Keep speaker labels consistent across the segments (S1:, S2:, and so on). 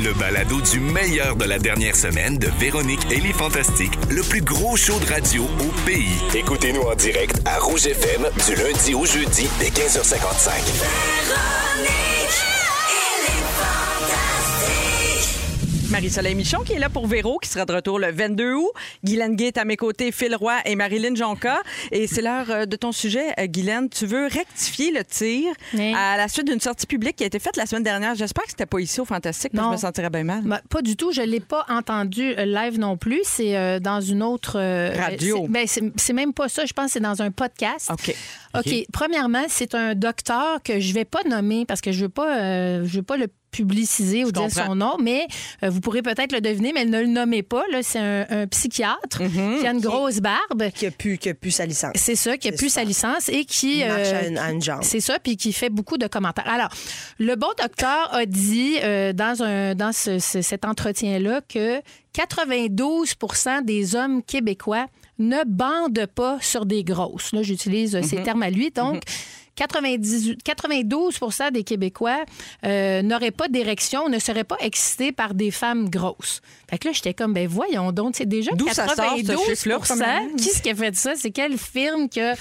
S1: le balado du meilleur de la dernière semaine de Véronique et les Fantastiques, le plus gros show de radio au pays. Écoutez-nous en direct à Rouge FM du lundi au jeudi dès 15h55.
S2: Marie-Soleil Michon qui est là pour Véro, qui sera de retour le 22 août. Guylaine Gay est à mes côtés, Phil Roy et Marilyn Jonca. Et c'est l'heure euh, de ton sujet, euh, Guylaine. Tu veux rectifier le tir
S3: Oui.
S2: à la suite d'une sortie publique qui a été faite la semaine dernière. J'espère que c'était pas ici au Fantastique, parce que
S3: Non.
S2: je me sentirais bien mal.
S3: Ben, pas du tout, je l'ai pas entendu euh, live non plus. C'est euh, dans une autre euh,
S2: Radio.
S3: c'est- ben, c'est- c'est même pas ça. Je pense que c'est dans un podcast.
S2: OK.
S3: OK. Premièrement, c'est un docteur que je vais pas nommer parce que je veux pas, euh, je veux pas le publiciser ou
S2: Je
S3: dire
S2: comprends.
S3: son nom, mais euh, vous pourrez peut-être le deviner, mais ne le nommez pas. là. C'est un, un psychiatre qui a une grosse barbe.
S4: Mm-hmm. qui a pu, qui a pu sa licence.
S3: C'est ça, qui a
S4: C'est
S3: pu
S4: ça.
S3: sa licence et qui...
S4: Il marche
S3: euh,
S4: à une- à une jambe.
S3: C'est ça, puis qui fait beaucoup de commentaires. Alors, le bon docteur a dit euh, dans, un, dans ce- ce- cet entretien-là que 92 des hommes québécois ne bandent pas sur des grosses. Là, j'utilise euh,
S4: Mm-hmm.
S3: ces termes à lui.
S4: Mhm.
S3: Donc, 98 92 des Québécois euh, n'auraient pas d'érection, ne seraient pas excités par des femmes grosses. Fait que là, j'étais comme, ben voyons donc, c'est déjà
S2: D'où ça sort, ce
S3: 92
S2: chiffre-là?
S3: Qui ce qui a fait ça? C'est quelle firme qui a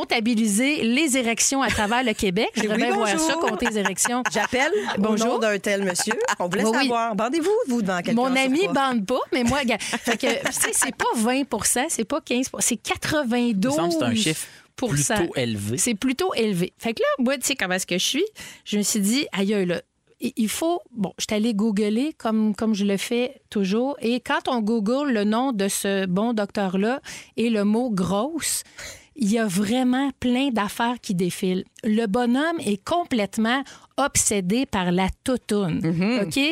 S3: comptabilisé les érections à travers le Québec? Je
S4: Eh Oui,
S3: voudrais bien voir
S4: bonjour.
S3: ça, compter les érections.
S4: J'appelle
S3: Bonjour. Ben
S4: Bonjour. au nom d'un tel monsieur. On voulait
S3: Oui, oui.
S4: savoir. Bandez-vous, vous, devant quelqu'un.
S3: Mon
S4: sur
S3: ami
S4: quoi?
S3: bande pas, mais moi, gars, fait que, tu sais, c'est pas 20 c'est pas 15 c'est 92
S5: Il me semble que c'est un chiffre plutôt élevé.
S3: C'est plutôt élevé. Fait que là, moi, tu sais comment est-ce que je suis? Je me suis dit, aïe, là, il il faut... Bon, je suis allée googler comme, comme je le fais toujours. Et quand on google le nom de ce bon docteur-là et le mot « grosse », il y a vraiment plein d'affaires qui défilent. Le bonhomme est complètement obsédé par la toutoune. OK? Euh,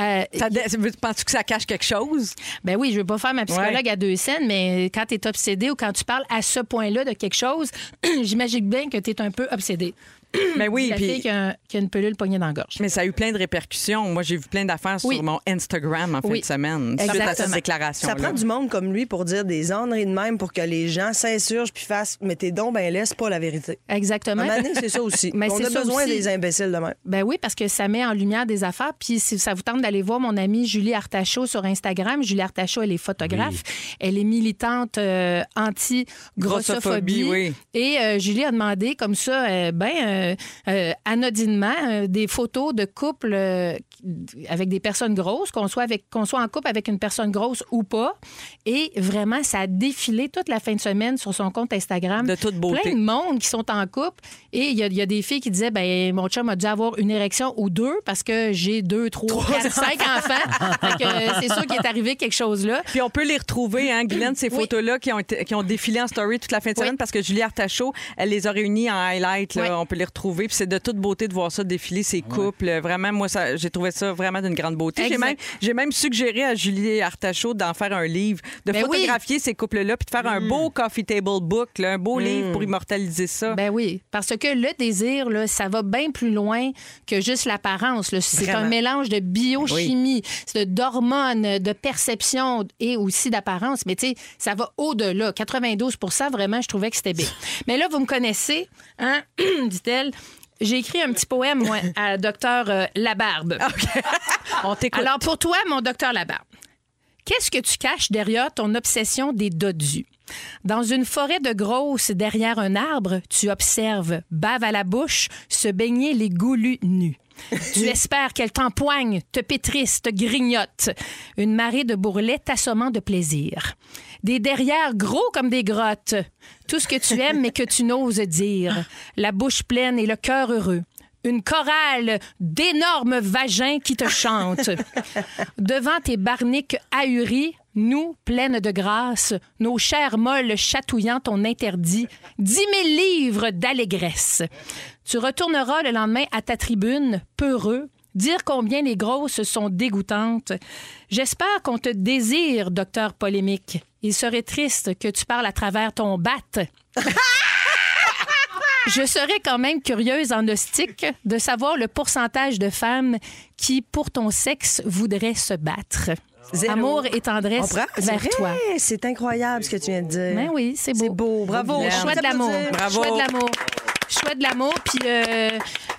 S2: Mm-hmm. Ça dé- Penses-tu que ça cache quelque chose?
S3: ben oui, je veux pas faire ma psychologue
S2: Ouais.
S3: à deux scènes, mais quand tu es obsédé ou quand tu parles à ce point-là de quelque chose, j'imagine bien que tu es un peu obsédé.
S4: Ben
S2: Mais oui,
S3: la fille
S2: puis.
S3: qui a, qui a une pelule pognée dans la gorge.
S2: Mais ça a eu plein de répercussions. Moi, j'ai vu plein d'affaires
S3: Oui.
S2: sur mon Instagram en
S3: Oui.
S2: fin de semaine suite à ces
S3: Exactement.
S2: déclarations.
S4: Ça prend du monde comme lui pour dire des enneries de même pour que les gens s'insurgent puis fassent Mettez donc, ben laisse pas la vérité. À
S3: Exactement.
S4: un moment donné, c'est ça aussi.
S3: Mais
S4: on
S3: Ben, c'est
S4: a
S3: ça
S4: besoin
S3: aussi.
S4: des imbéciles de même.
S3: Ben oui, parce que ça met en lumière des affaires. Puis si ça vous tente d'aller voir mon amie Julie Artachot sur Instagram, Julie Artachot, elle est photographe. Elle est militante euh, anti-grossophobie.
S2: Grossophobie, oui.
S3: Et euh, Julie a demandé comme ça, euh, ben euh, euh, anodinement, euh, des photos de couples euh, avec des personnes grosses, qu'on soit, avec, qu'on soit en couple avec une personne grosse ou pas. Et vraiment, ça a défilé toute la fin de semaine sur son compte Instagram.
S2: De toute beauté.
S3: Plein de monde qui sont en couple. Et il y, a- il y a des filles qui disaient ben mon chum a dû avoir une érection ou deux parce que j'ai deux, trois, quatre, cinq enfants. Fait que, euh, c'est sûr qu'il est arrivé quelque chose là.
S2: Puis on peut les retrouver, hein, Guylaine, ces
S3: Oui.
S2: photos-là qui ont, été- qui ont défilé en story toute la fin de
S3: Oui.
S2: semaine parce que Julie Artachot, elle les a réunies en highlight. là.
S3: Oui.
S2: On peut les retrouver. Puis c'est de toute beauté de voir ça défiler, ces couples. Vraiment, moi, ça- j'ai trouvé ça vraiment d'une grande beauté. J'ai
S3: Exact.
S2: même, j'ai même suggéré à Julie Artachot d'en faire un livre, de
S3: Ben oui. Mm.
S2: photographier ces couples-là puis de faire un beau coffee table book, là, un beau livre pour immortaliser ça.
S3: Ben oui, parce que le désir, là, ça va bien plus loin que juste l'apparence. là. C'est
S4: Vraiment.
S3: un mélange de biochimie, c'est de- d'hormones, de perception et aussi d'apparence. Mais tu sais, ça va au-delà. 92 vraiment, je trouvais que c'était bien. Mais là, vous me connaissez, hein, dit-elle. J'ai écrit un petit poème, moi, à docteur euh, Labarbe.
S2: Ah, on t'écoute.
S3: Alors, pour toi, mon docteur Labarbe, qu'est-ce que tu caches derrière ton obsession des dodus? Dans une forêt de grosses derrière un arbre, tu observes, bave à la bouche, se baigner les goulus nus. Tu espères qu'elle t'empoigne, te pétrisse, te grignote. Une marée de bourrelets t'assommant de plaisir. Des derrières gros comme des grottes. Tout ce que tu aimes mais que tu n'oses dire. La bouche pleine et le cœur heureux. Une chorale d'énormes vagins qui te chantent. Devant tes barniques ahuries, nous, pleines de grâce, nos chairs molles chatouillant ton interdit, dix mille livres d'allégresse. Tu retourneras le lendemain à ta tribune, peureux, dire combien les grosses sont dégoûtantes. J'espère qu'on te désire, docteur polémique. Il serait triste que tu parles à travers ton batte. Je serais quand même curieuse en hostique de savoir le pourcentage de femmes qui, pour ton sexe, voudraient se battre.
S4: Zéro.
S3: Amour et
S4: On
S3: tendresse
S4: prend- C'est
S3: vers
S4: vrai,
S3: toi.
S4: C'est incroyable ce que tu viens de dire.
S3: Ben oui, c'est beau.
S4: C'est beau. Bravo.
S3: Le
S4: On
S3: choix de
S4: s'applaudit.
S3: l'amour.
S2: Bravo.
S3: Choix de l'amour. Choix de l'amour. Puis euh,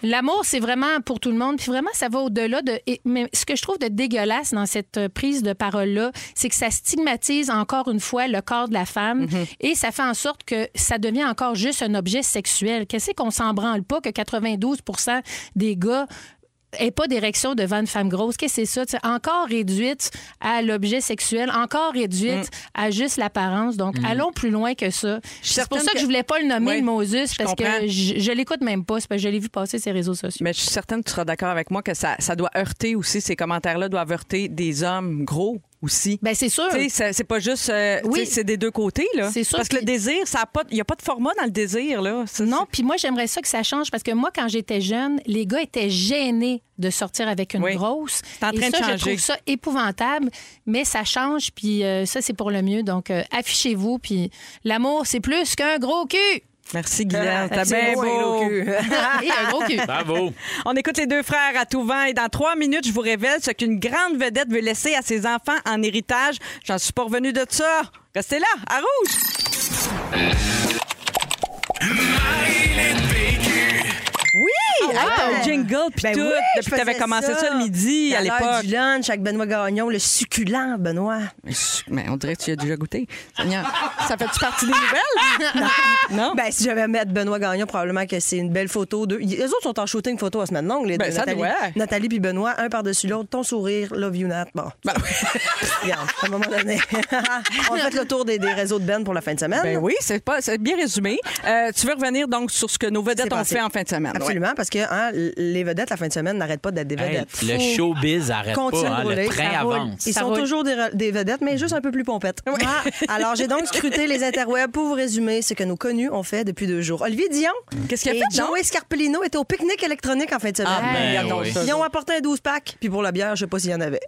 S3: L'amour, c'est vraiment pour tout le monde. Puis vraiment, ça va au-delà de. et- Mais ce que je trouve de dégueulasse dans cette euh, prise de parole-là, c'est que ça stigmatise encore une fois le corps de la femme et ça fait en sorte que ça devient encore juste un objet sexuel. Qu'est-ce qu'on s'en branle pas que 92 des gars et pas d'érection devant une femme grosse. Qu'est-ce que c'est ça? tu sais? encore réduite à l'objet sexuel, encore réduite à juste l'apparence. Donc, allons plus loin que ça.
S2: suis
S3: C'est pour
S2: certaine
S3: ça que,
S2: que-
S3: je voulais pas le nommer,
S2: Oui,
S3: le Moses,
S2: je
S3: parce
S2: comprends.
S3: que je, je l'écoute même pas, c'est parce que je l'ai vu passer ses réseaux sociaux.
S2: Mais je suis certaine que tu seras d'accord avec moi que ça, ça doit heurter aussi, ces commentaires-là doivent heurter des hommes gros aussi.
S3: Ben c'est sûr.
S2: Tu sais, c'est- c'est pas juste. euh,
S3: Oui.
S2: tu sais, C'est des deux côtés, là.
S3: C'est sûr
S2: Parce que le
S3: qu'il-
S2: désir, ça a pas- il n'y a pas de format dans le désir, là. Ça,
S3: Non, puis moi j'aimerais ça que ça change parce que moi quand j'étais jeune, les gars étaient gênés de sortir avec une
S2: Oui.
S3: grosse.
S2: C'est en
S3: Et
S2: train de
S3: ça,
S2: changer.
S3: je trouve ça épouvantable, mais ça change puis euh, ça c'est pour le mieux. Donc euh, affichez-vous puis l'amour c'est plus qu'un gros cul
S2: c'est- Merci,
S3: Ah,
S2: Guylaine. T'as
S4: C'est
S2: bien
S4: loin, là, au
S2: beau.
S4: cul.
S3: et un gros cul.
S5: Bravo.
S2: On écoute les deux frères à tout vent et dans trois minutes, je vous révèle ce qu'une grande vedette veut laisser à ses enfants en héritage. J'en suis pas revenu de ça. Restez là, à rouge!
S3: Ah,
S2: Oui! Avec ton jingle puis
S4: Ben
S2: tout.
S4: oui, je
S2: Depuis que t'avais
S4: faisais
S2: commencé ça. le midi à
S4: l'heure
S2: l'époque.
S4: du lunch avec Benoît Gagnon, le succulent Benoît.
S2: Mais chut, Mais on dirait que tu y as déjà goûté. Seigneur, ça fait-tu partie des nouvelles? non?
S4: Ben, si j'avais à mettre Benoît Gagnon, probablement que c'est une belle photo. d'eux. Les autres sont en shooting photo à semaine longue, les
S2: Ben,
S4: deux.
S2: ça
S4: Nathalie,
S2: doit.
S4: Nathalie puis Benoît, un par-dessus l'autre, ton sourire, love you, Nat. Bon.
S2: Ben
S4: Regarde, à un moment donné, on a fait le tour des, des réseaux de Ben pour la fin de semaine.
S2: Ben oui, c'est pas c'est bien résumé. Euh, tu veux revenir donc sur ce que nos vedettes
S4: C'est
S2: ont
S4: passé.
S2: fait en fin de semaine. ouais.
S4: Absolument, parce que hein, les vedettes, la fin de semaine, n'arrêtent pas d'être des
S5: Hey,
S4: vedettes.
S5: le showbiz arrête
S4: Continue
S5: pas. hein,
S4: de
S5: le
S4: rouler,
S5: train
S4: ça roule.
S5: avance.
S4: Ils
S3: Ça
S4: sont
S3: roule.
S4: toujours des, re- des vedettes, mais juste un peu plus pompettes. Ah, alors, j'ai donc scruté les interwebs pour vous résumer ce que nos connus ont fait depuis deux jours. Olivier Dion
S2: Qu'est-ce qu'il a
S4: et
S2: fait, donc?
S4: Joey Scarpellino étaient au pique-nique électronique en fin de semaine.
S2: Ah, ben,
S5: Ben
S2: regardons
S5: oui.
S2: ça.
S4: Ils ont apporté un 12-pack, puis pour la bière, je sais pas s'il y en avait.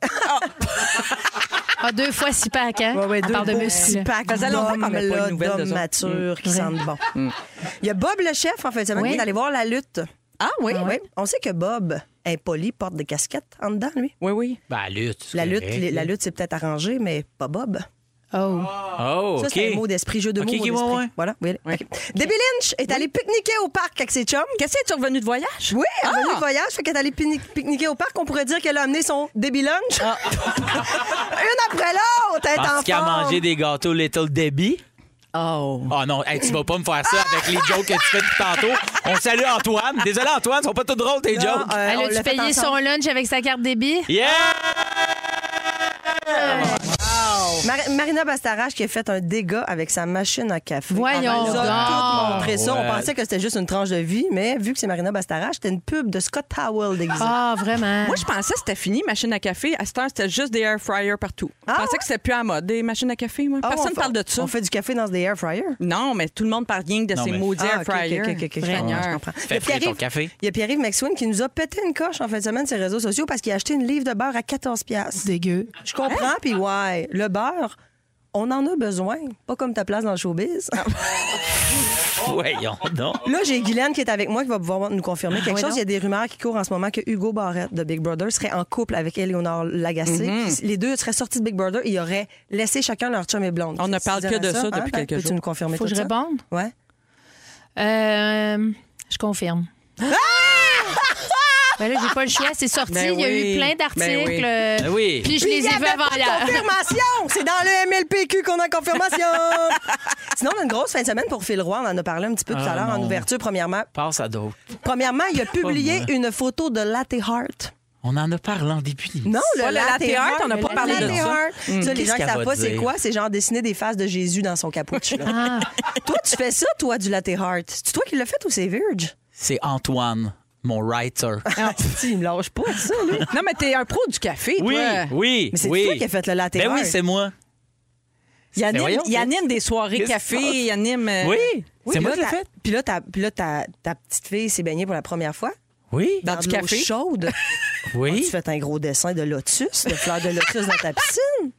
S3: Ah, deux fois six packs, hein?
S4: Ouais, ouais,
S3: On
S4: deux
S3: parle de
S4: beaux
S3: muscles.
S4: petits packs
S2: Faisait longtemps qu'on
S4: d'hommes,
S2: n'avait pas eu de
S4: là,
S2: nouvelles d'eux
S4: d'hommes
S2: autres.
S4: matures qui sentent bon. Mm.
S5: Mm.
S4: Il y a Bob le chef, en fin de semaine,
S3: Oui.
S4: qui est allé voir la lutte.
S2: Ah oui?
S4: Oui, on sait que Bob, impoli, porte des casquettes en dedans, lui.
S2: Oui, oui.
S5: Ben, la lutte. c'est
S4: La lutte,
S5: correct.
S4: la lutte, c'est peut-être arrangé, mais pas Bob.
S3: Oh.
S5: Oh, OK.
S4: Ça, c'est un mot d'esprit, jeu de
S5: OK,
S4: mots.
S5: OK,
S4: mot
S5: ouais,
S4: d'esprit.
S5: ouais.
S4: Voilà. oui, OK. Debbie Lynch est allée pique-niquer au parc avec ses chums.
S2: Qu'est-ce que tu es revenu de voyage?
S4: Oui, elle est venue
S2: Ah!
S4: de voyage, fait qu'elle est allée pini- pique-niquer au parc. On pourrait dire qu'elle a amené son Debbie Lunch. Une après l'autre, elle est en
S5: Ah. Parce qu'à
S4: forme.
S5: manger des gâteaux Little Debbie.
S2: Oh.
S5: Oh non, hey, tu vas pas me faire ça avec les jokes que tu fais depuis tantôt. On salue Antoine. Désolé Antoine, ils sont pas tous drôles tes
S4: Non,
S5: jokes.
S4: euh, on
S3: Elle
S4: l'a
S3: a-tu
S4: fait
S3: payé
S4: ensemble.
S3: son lunch avec sa carte débit?
S5: Yeah!
S4: Mar- Oh. Marina Bastarache qui a fait un dégât avec sa machine à café. Ah,
S3: Voyons
S4: Elle nous a
S3: donc.
S4: tout montré ça.
S5: Ouais.
S4: On pensait que c'était juste une tranche de vie, mais vu que c'est Marina Bastarache, c'était une pub de Scott Powell déguisée.
S3: Ah, vraiment?
S2: Moi, je pensais que c'était fini, machine à café. À cette heure, c'était juste des air fryers partout.
S4: Ah,
S2: je pensais que c'était plus à mode, des machines à café. Moi.
S4: Ah, on
S2: Personne ne
S4: fait-
S2: parle de ça.
S4: On fait du café dans des air fryers.
S2: Non, mais tout le monde parle rien que de
S5: Non,
S2: ces
S5: mais-
S2: maudits
S4: Ah,
S2: air
S4: ok, ok,
S2: fryers.
S4: ok, ok, ok, je
S2: Seigneur.
S4: comprends, je comprends.
S5: Fais
S4: Il y a
S5: frire ton
S4: Pierre-Yves-
S5: café.
S4: Il y a Pierre-Yves Maxwin qui nous a pété une coche en fin de semaine sur les réseaux sociaux parce qu'il a acheté une livre de beurre à 14 pièces.
S3: dégueu.
S4: Je
S2: Hein?
S4: comprends, puis ouais, le beurre, on en a besoin. Pas comme ta place dans le showbiz.
S5: Voyons donc.
S4: Là, j'ai Guylaine qui est avec moi qui va pouvoir nous confirmer
S2: Ah,
S4: quelque
S3: oui,
S4: chose.
S3: non?
S4: Il y a des rumeurs qui courent en ce moment que Hugo Barrette de Big Brother serait en couple avec Eleonore Lagacé.
S2: Mm-hmm.
S4: Puis Les deux seraient sortis de Big Brother et ils auraient laissé chacun leur chum et blonde.
S2: On ne parle
S4: Tu dirais hein?
S2: que de ça depuis quelques
S4: Peux-tu
S2: jours.
S4: nous confirmer
S3: Faut que
S4: tout
S3: je
S4: ça?
S3: réponde?
S4: Ouais.
S3: Euh, je confirme. Ben là, j'ai pas le choix, c'est sorti.
S2: Ben
S3: il y a
S2: oui,
S3: eu plein d'articles. euh,
S2: ben
S5: Ben oui.
S3: Puis je les
S4: Il y
S3: ai vus
S4: avait
S3: avant
S4: pas de
S3: hier.
S4: confirmation! C'est dans le MLPQ qu'on a confirmation! Sinon, on a une grosse fin de semaine pour Phil Roy. On en a parlé un petit peu tout à
S5: Ah,
S4: l'heure en
S5: non.
S4: ouverture, premièrement.
S5: Passe à d'autres.
S4: Premièrement, il a publié
S5: moi.
S4: une photo de Latte Heart.
S5: On en a parlé en début.
S4: Non, le,
S2: Ouais, le
S4: Latte
S2: Latte Heart, on n'a
S4: le
S2: pas parlé de
S4: Latte
S5: ça.
S4: Heart. Ça, les
S5: Hmm. Qu'est-ce
S4: gens qui
S5: qu'elle
S4: savent
S5: va
S4: pas c'est
S5: dire?
S4: quoi, c'est genre dessiner des faces de Jésus dans son capuche. là.
S3: Ah,
S4: toi, tu fais ça, toi, du Latte Heart. C'est toi qui l'as fait ou c'est Virge?
S5: C'est Antoine, mon writer.
S4: Ah, Si, il me lâche pas, ça, lui.
S2: Non, mais t'es un pro du café,
S5: Oui,
S2: toi.
S5: oui.
S4: Mais c'est
S5: oui.
S4: toi qui as fait le latte
S5: Ben oui,
S4: art.
S5: c'est moi.
S2: Il anime,
S5: voyons,
S2: il anime des soirées
S5: qu'est-ce qui
S2: café,
S5: se passe?
S2: il anime... euh,
S5: Oui.
S4: Oui,
S5: c'est
S4: puis
S5: moi
S4: là,
S5: qui l'ai
S4: ta-
S5: fait.
S4: Puis là, ta, puis là, ta- ta petite fille s'est baignée pour la première fois.
S5: Oui.
S2: Dans du
S4: de l'eau
S2: café?
S4: chaude. Oh,
S5: Oui.
S4: Tu fais un gros dessin de lotus, de fleurs de lotus dans ta piscine.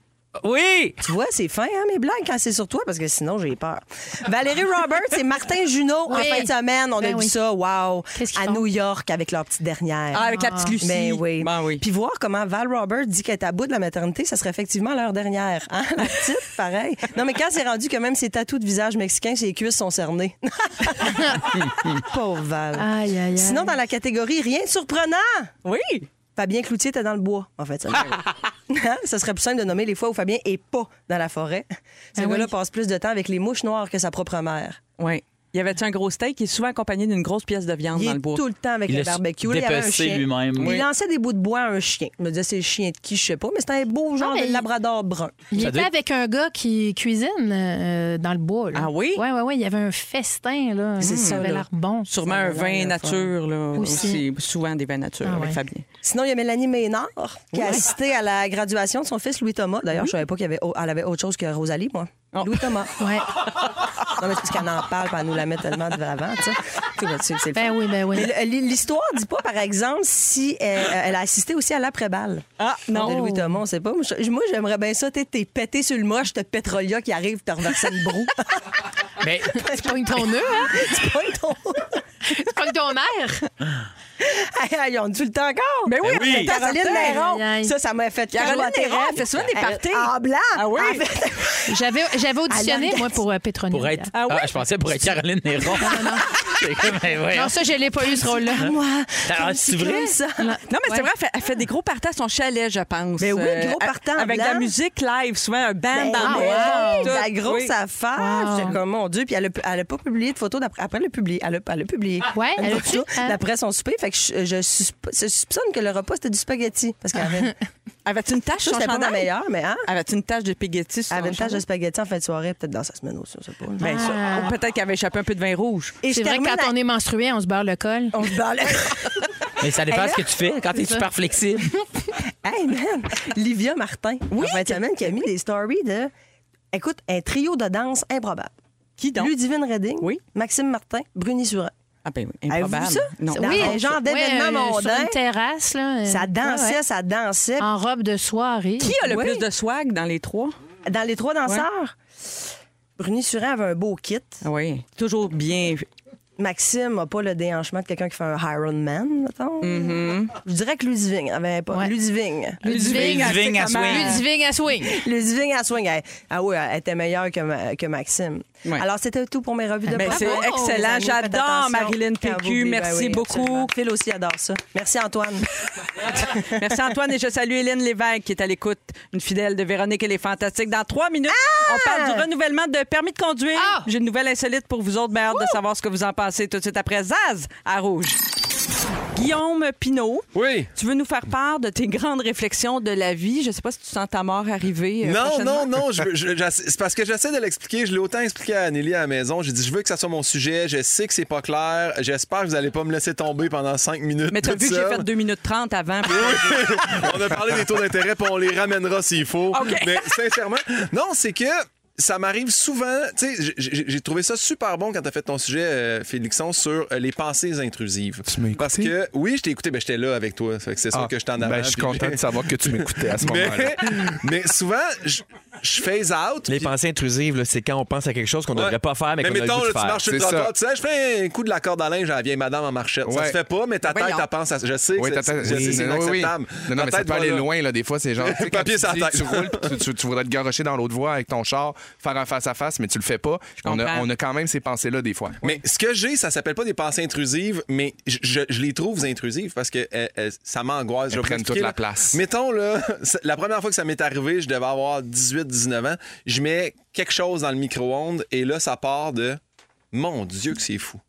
S5: Oui!
S4: Tu vois, c'est fin, hein, mes blagues, quand c'est sur toi, parce que sinon, j'ai peur. Valérie Roberts et Martin Junot en
S3: Oui.
S4: fin de semaine. On
S3: Ben
S4: a
S3: oui.
S4: vu ça, Ah, wow,
S3: Qu'est-ce qu'ils
S4: à
S3: font?
S4: New York avec leur petite dernière.
S2: Ah, avec la petite Lucie.
S4: Ben oui.
S5: Ben oui.
S4: Puis voir comment Val Roberts dit qu'elle est à bout de la maternité, ça serait effectivement l'heure dernière. Hein? La petite, pareil. Non, mais quand c'est rendu que même ses tatous de visage mexicain, ses cuisses sont cernées. Pauvre Val.
S2: Ah.
S3: Aïe, aïe, aïe.
S4: Sinon, dans la catégorie rien de surprenant,
S2: Oui.
S4: Fabien Cloutier était dans le bois, en fait. Ça, Hein? ça serait plus simple de nommer les fois où Fabien est pas dans la forêt. Ce
S3: Ben
S4: gars-là
S3: oui.
S4: passe plus de temps avec les mouches noires que sa propre mère.
S2: Oui. Il y avait un gros steak qui est souvent accompagné d'une grosse pièce de viande
S4: Il
S2: dans
S4: est
S2: le bois.
S4: tout le temps avec
S5: Il
S4: le
S5: a
S4: barbecue. Là, Il avait un
S5: dépecé
S4: chien.
S5: lui-même.
S4: Il
S5: Oui.
S4: lançait des bouts de bois à un chien. Je me disais, c'est le chien de qui, je sais pas, mais c'était un beau genre
S3: Ah, mais
S4: de
S3: il-
S4: labrador brun.
S3: Il
S5: Ça
S3: était
S5: doit-
S3: avec un gars qui cuisine euh, dans le bois. là.
S2: Ah oui?
S3: Ouais, ouais, ouais. Il y avait un festin, là.
S4: C'est ça,
S3: Ça avait
S4: là.
S3: l'air bon.
S2: Sûrement un vin nature, là,
S3: Aussi.
S2: aussi. Souvent des vins nature
S3: Ah
S2: avec
S3: ouais.
S2: Fabien.
S4: Sinon, il y a Mélanie Ménard, qui a assisté à la graduation de son fils Louis-Thomas. D'ailleurs, je savais pas qu'elle avait, au- elle avait autre chose que Rosalie, moi.
S2: Oh.
S4: Louis-Thomas.
S3: Ouais.
S4: Non, mais c'est parce qu'elle en parle, puis elle nous la met tellement de l'avant, tu sais. Tu vois, c'est- c'est le
S3: Ben oui, ben oui.
S4: Mais le- l'histoire dit pas, par exemple, si elle, elle a assisté aussi à l'après-balle.
S2: Ah, non.
S4: De Louis Thomas, on sait pas. Moi, je- Moi, j'aimerais bien ça. T'es t'es pété sur le moche, t'as Petrolia qui arrive, t'as renversé une broue.
S5: Mais
S3: Tu pognes ton nœud, hein?
S4: C'est pas une ton- Ah,
S3: Tu pognes ton air.
S4: Aïe, aïe, on dit le temps encore.
S2: Ben oui,
S5: Ben oui.
S2: avec ta
S4: Caroline
S2: tartine.
S4: Néron.
S3: Aïe, aïe.
S4: Ça, ça m'a fait
S2: Caroline
S4: carotter
S2: Néron,
S4: raide.
S2: elle fait souvent des
S4: Elle-
S2: parties.
S4: En blanc.
S2: Ah oui?
S4: Elle fait-
S3: J'avais j'avais auditionné,
S4: Alain.
S3: moi, pour euh, Petronia.
S5: pour être.
S2: Ah oui?
S5: je pensais pour être Caroline Néron. C'est comme, mais ouais.
S3: Non, ça, je l'ai pas eu, ce rôle-là.
S4: Moi,
S5: Ah,
S4: comme
S5: c'est
S4: si
S5: vrai?
S4: comme ça.
S2: Non, mais
S3: Ouais.
S2: c'est vrai, elle fait, elle fait des gros parties à son chalet, je pense.
S4: Ben oui,
S2: Euh,
S4: gros parties en
S2: Avec de la
S4: blanc.
S2: musique live, souvent un band
S4: Ben
S2: dans
S4: oui,
S2: le
S4: la grosse affaire.
S3: Wow.
S4: J'étais comme, mon Dieu. Puis elle a, elle a pas publié de photos d'après. Après, elle a publié. Elle a, elle a publié.
S2: Ah.
S3: Ouais,
S4: Une
S3: elle a
S4: photo
S3: publié, hein?
S4: D'après son souper. Fait que je, je susp- je soupçonne que le repas, c'était du spaghetti. Parce qu'elle avait.
S2: Avais-tu une tache
S4: Je
S2: sur
S4: sais
S2: son
S4: pas la
S2: chandail?
S4: meilleure, mais hein?
S2: Avais-tu une tache de spaghetti sur
S4: Elle avait
S2: son
S4: une tache de
S2: chandail?
S4: spaghetti en fin de soirée, peut-être dans sa semaine aussi, on sait pas.
S2: Ben, ça.
S4: oh,
S2: Ou peut-être qu'elle avait échappé un peu de vin rouge.
S4: Et
S3: Ah. C'est vrai que quand on est menstrué, on se beurre le col.
S4: on se parle.
S5: Mais ça dépend ce que tu fais quand t'es super flexible.
S4: hey man, Livia Martin, oui, en fin de semaine, qui a mis des stories de. Écoute, un trio de danse improbable.
S2: Qui donc?
S4: Ludivine Redding,
S2: Oui.
S4: Maxime Martin, Bruni Surin.
S2: Ah ben oui,
S4: Avez-vous
S2: improbable.
S4: vu ça?
S2: Non.
S4: Dans un genre d'événement
S3: ouais, euh,
S4: mondain.
S3: Sur une terrasse, là. euh,
S4: Ça dansait,
S3: ouais, ouais.
S4: ça dansait.
S3: En robe de soirée.
S2: Qui a le
S4: Oui.
S2: plus de swag dans les trois?
S4: Dans les trois danseurs, Bruni Surin avait un beau kit.
S2: Ah Oui, toujours bien.
S4: Maxime n'a pas le déhanchement de quelqu'un qui fait un Iron Man, mettons.
S2: Mm-hmm.
S4: Je dirais que Ludivine avait pas.
S3: Ouais.
S4: Ludivine.
S3: Ludivine,
S2: elle
S5: Ludivine,
S2: sait
S5: elle
S2: comment-
S5: swing.
S3: Ludivine à swing.
S4: Ludivine à swing. elle- ah oui, elle était meilleure que, Ma- que Maxime.
S2: Ouais.
S4: Alors, c'était tout pour mes revues de
S2: Ben,
S4: pop.
S2: c'est
S4: Bravo,
S2: excellent.
S4: mes amis, faites
S2: J'adore
S4: attention
S2: Marilyn
S4: quand
S2: PQ.
S4: vous oubliez.
S2: Merci beaucoup.
S4: absolument. Phil aussi adore ça. Merci, Antoine.
S2: Merci Antoine et je salue Hélène Lévesque qui est à l'écoute, une fidèle de Véronique et les Fantastiques. Dans trois minutes, on parle du renouvellement de permis de conduire.
S3: Ah!
S2: J'ai une nouvelle insolite pour vous autres, mais hâte de savoir ce que vous en pensez tout de suite après Zaz à Rouge. Guillaume Pinault,
S6: Oui.
S2: tu veux nous faire part de tes grandes réflexions de la vie. Je sais pas si tu sens ta mort arriver. euh,
S6: Non,
S2: prochainement.
S6: non, non, je veux- je- j'essa- c'est parce que j'essaie de l'expliquer. Je l'ai autant expliqué à Anneli à la maison. J'ai dit, je veux que ça soit mon sujet. Je sais que c'est pas clair. J'espère que vous allez pas me laisser tomber pendant cinq minutes.
S2: Mais t'as
S6: toute
S2: vu que j'ai
S6: seule.
S2: fait 2 minutes 30 avant.
S6: on a parlé des taux d'intérêt, puis on les ramènera s'il faut. Mais sincèrement, non, c'est que. Ça m'arrive souvent, tu sais, j'ai- j'ai j'ai trouvé ça super bon quand t'as fait ton sujet, euh, Félixon, sur euh, les pensées intrusives.
S7: Tu m'as écouté?
S6: Parce que, oui, je t'ai écouté, ben j'étais là avec toi, fait que c'est sûr
S7: Ah,
S6: que je t'en
S7: ben,
S6: avais.
S7: je suis content de savoir que tu m'écoutais à ce moment-là.
S6: Mais, mais souvent, je je phase out.
S7: Les
S6: puis-
S7: pensées intrusives, là, c'est quand on pense à quelque chose qu'on ne
S6: Ouais.
S7: devrait pas faire, mais, qu'on a le
S6: mettons,
S7: goût de
S6: là, tu
S7: faire.
S6: marches sur le
S7: C'est ça.
S6: trottoir, tu sais, je fais un coup de la corde à linge à la vieille madame en marchette. Ça
S7: Ouais.
S6: se fait pas, mais ta tête,
S2: voyons.
S6: elle pense à Je sais que
S7: Oui,
S6: c'est-
S7: t'attends-
S6: je sais que
S7: oui,
S6: c'est
S7: non, oui, oui.
S6: inacceptable.
S7: Non, non,
S6: Ta
S7: mais ça
S6: tête
S7: peut
S6: va
S7: aller
S6: là.
S7: loin, là, des fois, c'est genre. tu sais, quand
S6: Papier
S7: tu
S6: sur la
S7: dis
S6: tête.
S7: que Tu roules, puis tu, tu- tu voudrais te garocher dans l'autre voie avec ton char, faire un face-à-face, mais tu le fais pas. On a,
S2: comprends.
S7: on a quand même ces pensées-là, des fois.
S6: Mais ce que j'ai, ça s'appelle pas des pensées intrusives, mais je, je- je les trouve intrusives parce que euh, euh, ça m'angoisse. Je vais vous
S7: prennent
S6: expliquer,
S7: toute la
S6: là.
S7: place.
S6: Mettons, là, c'est- la première fois que ça m'est arrivé, je devais avoir 18-19 ans. Je mets quelque chose dans le micro-ondes et là, ça part de Mon Dieu, que c'est fou.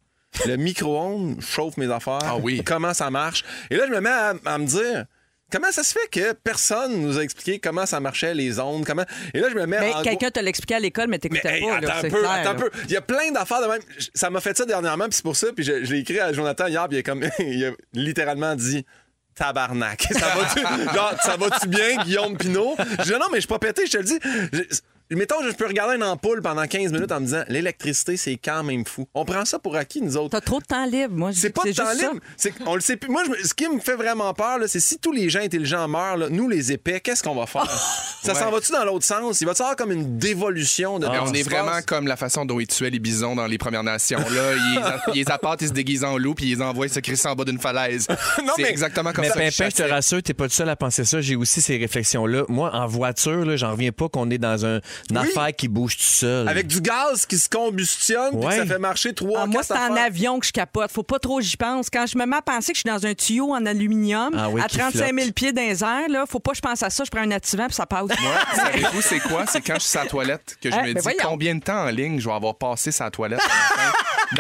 S6: Le micro-ondes chauffe mes affaires.
S7: Ah oui.
S6: Comment ça marche. Et là, je me mets à, à me dire. Comment ça se fait que personne nous a expliqué comment ça marchait les ondes comment et là je me mets
S2: Mais
S6: en gros-
S2: Ben, quelqu'un te l'expliquait à l'école, mais
S6: Ah, mais
S2: t'écoutais
S6: hey,
S2: pas.
S6: attends
S2: là,
S6: un
S2: c'est
S6: peu,
S2: clair,
S6: attends un
S2: là.
S6: peu. Il y a plein d'affaires de même. Je- Ça m'a fait ça dernièrement, puis c'est pour ça, puis je, je l'ai écrit à Jonathan hier, puis il a comme il a littéralement dit tabarnak. Ça va-tu, genre, ça va-tu bien, Guillaume Pinot? Je dis non, mais je suis pas pété, je te le dis. Je- Mettons, je peux regarder une ampoule pendant 15 minutes en me disant l'électricité, c'est quand même fou. On prend ça pour acquis, nous autres.
S2: T'as trop de temps libre, moi. je
S6: C'est
S2: dis
S6: pas
S2: que
S6: de temps
S2: juste ça.
S6: libre. C'est qu'on le sait plus. Moi, je me- ce qui me fait vraiment peur, là, c'est si tous les gens intelligents meurent, là, nous, les épais, qu'est-ce qu'on va faire?
S2: Ah!
S6: ça s'en va-tu dans l'autre sens? Il va-tu avoir comme une dévolution de
S7: Mais
S6: tout ce
S7: Ah, on
S6: qui
S7: est
S6: se
S7: vraiment
S6: passe?
S7: comme la façon dont ils tuaient les bisons dans les Premières Nations. Là, ils, ils les apportent, ils se déguisent en loup, puis ils les envoient se crisser en bas d'une falaise.
S6: Non,
S7: c'est
S6: mais-
S7: exactement comme
S5: Mais
S7: ça. que je
S5: Pimpin, je te
S7: chassais.
S5: rassure, t'es pas le seul à penser ça. J'ai aussi ces réflexions-là. Moi, en voiture, là, j'en reviens pas qu'on est dans un, une affaire qui bouge tout seul.
S6: Avec du gaz qui se combustionne, puis que
S5: Ouais.
S6: ça fait marcher trois
S2: Ah, moi,
S6: quatre
S2: c'est en
S6: affaires.
S2: avion que je capote. Faut pas trop j'y pense. Quand je me mets à penser que je suis dans un tuyau en aluminium
S5: Ah oui,
S2: à
S5: qui
S2: 35 000
S5: flotte.
S2: pieds dans les airs, là, faut pas que je pense à ça. Je prends un activant puis ça passe.
S7: Moi, savez-vous, c'est quoi? C'est quand je suis à la toilette que je
S2: Ah,
S7: me
S2: ben
S7: dis
S2: voyons.
S7: combien de temps en ligne je vais avoir passé sa toilette ce matin.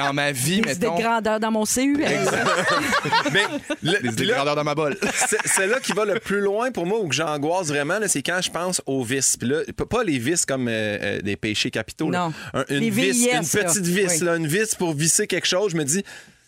S7: dans ma vie,
S2: Des idées de
S7: mettons.
S2: grandeur dans mon CU.
S6: Mais le-
S7: Des idées
S6: puis
S7: de
S6: là,
S7: grandeur dans ma bolle.
S6: C'est c'est là qui va le plus loin pour moi ou que j'angoisse vraiment, là, c'est quand je pense aux vices. Puis là, p- pas les vices comme euh, euh, des péchés capitaux. là.
S2: Non.
S6: Un- une
S2: Les
S6: vis,
S2: VIS,
S6: une petite
S2: là.
S6: vis,
S2: Oui.
S6: là, une vis pour visser quelque chose. Je me dis.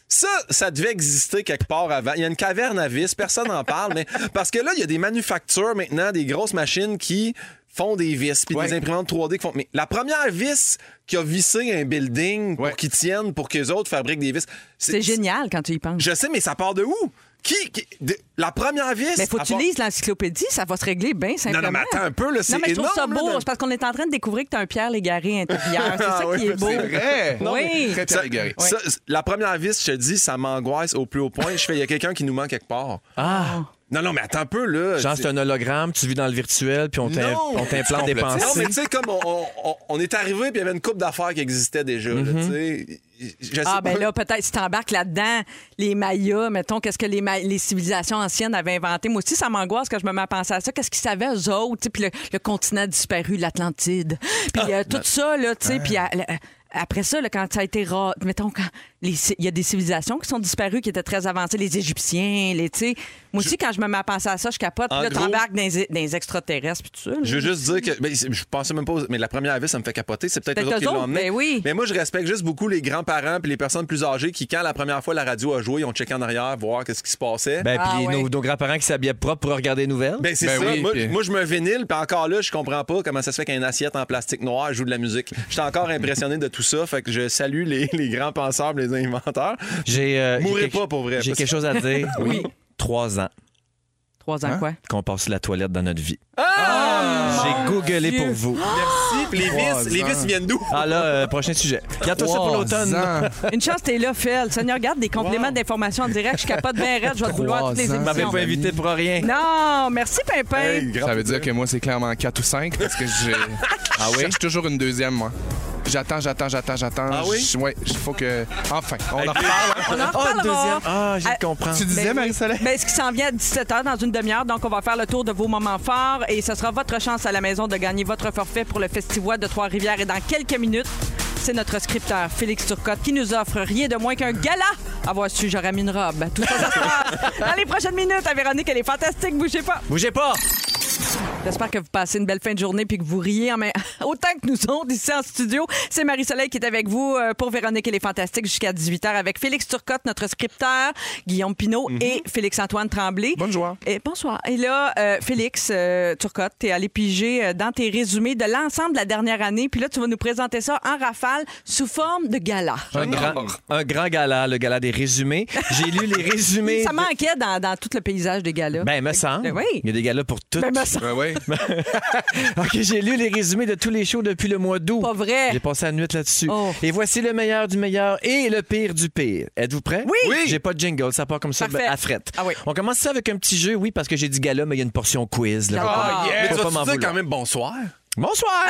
S6: Ça, ça devait exister quelque part avant. Il y a une caverne à vis, personne n'en parle, mais parce que là, il y a des manufactures maintenant, des grosses machines qui font des vis, puis
S7: Ouais.
S6: des imprimantes 3D qui font. Mais la première vis qui a vissé un building
S7: Ouais.
S6: pour qu'il tienne, pour que les autres fabriquent des vis,
S2: C'est génial quand tu y penses.
S6: Je sais, mais ça part de où? Qui? qui- de- la première vis.
S2: Mais faut
S6: à
S2: que tu
S6: part-
S2: lises l'encyclopédie, ça va se régler bien simplement.
S6: non, mais attends un peu, là, c'est
S2: Non, mais je trouve ça
S6: énorme, là,
S2: beau.
S6: de-
S2: C'est parce qu'on est en train de découvrir que tu as un Pierre Légaré intérieur. C'est ça
S6: Ah oui,
S2: qui est beau.
S7: C'est vrai.
S2: Non, mais-
S7: Très
S6: Ça-
S7: bien
S6: ça- la première vis, je te dis, ça m'angoisse au plus haut point. Je fais, il y a quelqu'un qui nous manque quelque part.
S5: Ah,
S6: Non, non, mais attends un peu, là.
S5: genre, c'est un hologramme, tu vis dans le virtuel, puis on t'im-
S6: Ah, Non.
S5: on t'implante des
S7: Complètement.
S6: Non,
S5: pensées.
S6: mais tu sais, comme on, on- on- on est arrivé, puis il y avait une coupe d'affaires qui existait déjà. là,
S5: Mm-hmm.
S6: tu sais. Je sais
S2: Ah,
S6: pas.
S2: ben là, peut-être, si t'embarques là-dedans, les Mayas, mettons, qu'est-ce que les, Ma- les civilisations anciennes avaient inventé. Moi aussi, ça m'angoisse quand je me mets à penser à ça. Qu'est-ce qu'ils savaient, eux autres? tu sais, Puis le, le continent disparu, l'Atlantide.
S6: Ah,
S2: Puis euh,
S6: ben,
S2: tout ça, là,
S6: hein.
S2: tu sais. Puis à- la- après ça, là, quand ça a été. ra- Mettons, quand les ci- il y a des civilisations qui sont disparues, qui étaient très avancées, les Égyptiens, les. tu sais. Moi aussi, quand je me mets à penser à ça, je capote. Puis
S6: En
S2: là,
S6: gros-
S2: t'embarques dans, les- dans les extraterrestres, puis tout ça. là.
S6: Je veux juste dire que. ben, c'est- je pensais même pas. aux- Mais la première vis, ça me fait capoter. C'est peut-être
S2: Peut-être
S6: eux autres qui
S2: eux
S6: l'ont
S2: autres,
S6: emmené.
S2: ben oui.
S6: Mais moi, je respecte juste beaucoup les grands-parents puis les personnes plus âgées qui, quand la première fois la radio a joué, ils ont checké en arrière, voir qu'est-ce qui se passait.
S5: Ben,
S2: Ah,
S5: puis
S2: ouais.
S5: nos, nos grands-parents qui s'habillaient propre pour regarder les nouvelles.
S6: Ben, c'est
S7: Ben
S6: ça.
S7: oui,
S6: moi,
S7: puis-
S6: moi, je me vénile, puis encore là, je comprends pas comment ça se fait qu'un assiette en plastique noir joue de la musique. J'étais encore impressionné de tout ça, fait que je salue les, les grands penseurs, les inventeurs.
S5: J'ai, euh,
S6: Mourrez
S5: j'ai quelque-
S6: pas, pour vrai,
S5: J'ai
S6: parce
S5: quelque chose à dire. oui. Trois ans
S2: Trois ans,
S6: Hein?
S2: quoi?
S5: qu'on passe la toilette dans notre vie. J'ai googlé
S2: Dieu.
S5: pour vous.
S6: Merci, puis Ah! les
S7: Trois
S6: vis, les
S7: ans.
S6: vis viennent d'où?
S5: Ah là, euh, prochain sujet. Garde-toi ça pour l'automne.
S2: Une chance, t'es là, Phil. Seigneur, garde des compléments d'information en direct. Je capote bien raide. Je vais te vouloir toutes les
S7: Trois ans.
S5: Vous m'avez
S2: émissions.
S5: pas invité pour rien.
S2: Non, merci, Pimpin.
S5: Euh,
S6: Hey, grand
S7: Ça veut dire que moi, c'est clairement 4 ou 5 parce que j'ai. Ah oui? Je cherche toujours une deuxième, moi. J'attends, j'attends, j'attends, j'attends.
S6: Ah oui? Ah,
S7: Je- Ouais, il faut que. Enfin, on en reparle. hein.
S2: On en
S5: Oh,
S2: reparlera.
S5: deuxième. Ah, j'ai
S2: Ah,
S5: compris.
S7: Tu disais,
S2: Ben oui.
S7: Marie-Soleil?
S2: Ben, ce qui s'en vient à 17h dans une demi-heure. Donc, on va faire le tour de vos moments forts et ce sera votre chance à la maison de gagner votre forfait pour le Festivois de Trois-Rivières. Et dans quelques minutes, c'est notre scripteur Félix Turcotte qui nous offre rien de moins qu'un gala. Avoir su, j'aurais mis une robe. Tout ça, ça se passe dans les prochaines minutes à Véronique. Elle est fantastique. Bougez pas.
S5: Bougez pas!
S2: J'espère que vous passez une belle fin de journée puis que vous riez en main- autant que nous autres ici en studio. C'est Marie-Soleil qui est avec vous euh, pour Véronique et les Fantastiques jusqu'à 18h avec Félix Turcotte, notre scripteur, Guillaume Pinault et Félix-Antoine Tremblay.
S7: Mhm. Bonne joie.
S2: Et bonsoir. Et là, euh, Félix euh, Turcotte, t'es allé piger euh, dans tes résumés de l'ensemble de la dernière année. Puis là, tu vas nous présenter ça en rafale sous forme de gala.
S5: Un grand, un grand gala, le gala des résumés. J'ai lu les résumés.
S2: Ça manquait dans, dans tout le paysage des galas.
S5: Ben, me semble.
S2: Ben oui.
S5: Il y a des galas pour toutes.
S2: Ben, me semble.
S7: Ouais, ouais.
S5: OK, j'ai lu les résumés de tous les shows depuis le mois d'août.
S2: Pas vrai.
S5: J'ai passé la nuit là-dessus.
S2: Oh.
S5: Et voici le meilleur du meilleur et le pire du pire. Êtes-vous prêts?
S2: Oui. Oui.
S5: J'ai pas de jingle, ça part comme ça
S2: Parfait.
S5: ben, à frette.
S2: Ah oui.
S5: On commence ça avec un petit jeu, oui, parce que j'ai dit gala, mais il y a une portion quiz. Là.
S2: Ah,
S5: Faut pas-
S6: Mais tu
S5: faut pas
S6: vas-tu
S5: m'en
S6: dire
S5: vouloir.
S6: quand même bonsoir?
S5: Bonsoir!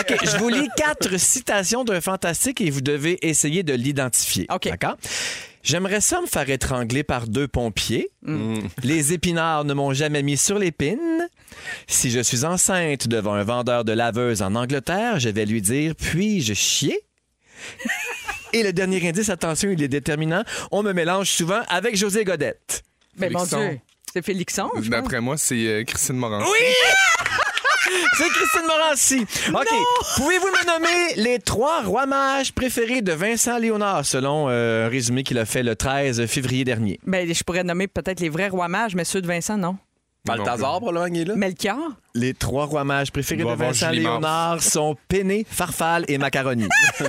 S5: OK, je vous lis quatre citations d'un fantastique et vous devez essayer de l'identifier.
S2: OK.
S5: D'accord? J'aimerais ça me faire étrangler par deux pompiers.
S2: Mm.
S5: Les épinards ne m'ont jamais mis sur l'épine. Si je suis enceinte devant un vendeur de laveuse en Angleterre, je vais lui dire Puis-je chier? Et le dernier indice, attention, il est déterminant. On me mélange souvent avec José Godette.
S2: Ben, mon
S7: Félixon.
S2: Dieu. C'est Félixon. je pense.
S7: D'après moi, c'est euh, Christine Morin. Oui!
S5: C'est Christine Morancy. OK. Pouvez-vous me nommer les trois rois mages préférés de Vincent Léonard, selon euh, un résumé qu'il a fait le 13 février dernier?
S2: Ben, je pourrais nommer peut-être les vrais rois mages, mais ceux de Vincent, non.
S6: Balthazar, probablement, il est là.
S2: Melchior?
S5: Les trois rois mages
S7: Il
S5: préférés de
S7: va avoir
S5: Vincent
S7: Julie Mars.
S5: Léonard sont Péné, Farfalle et Macaroni.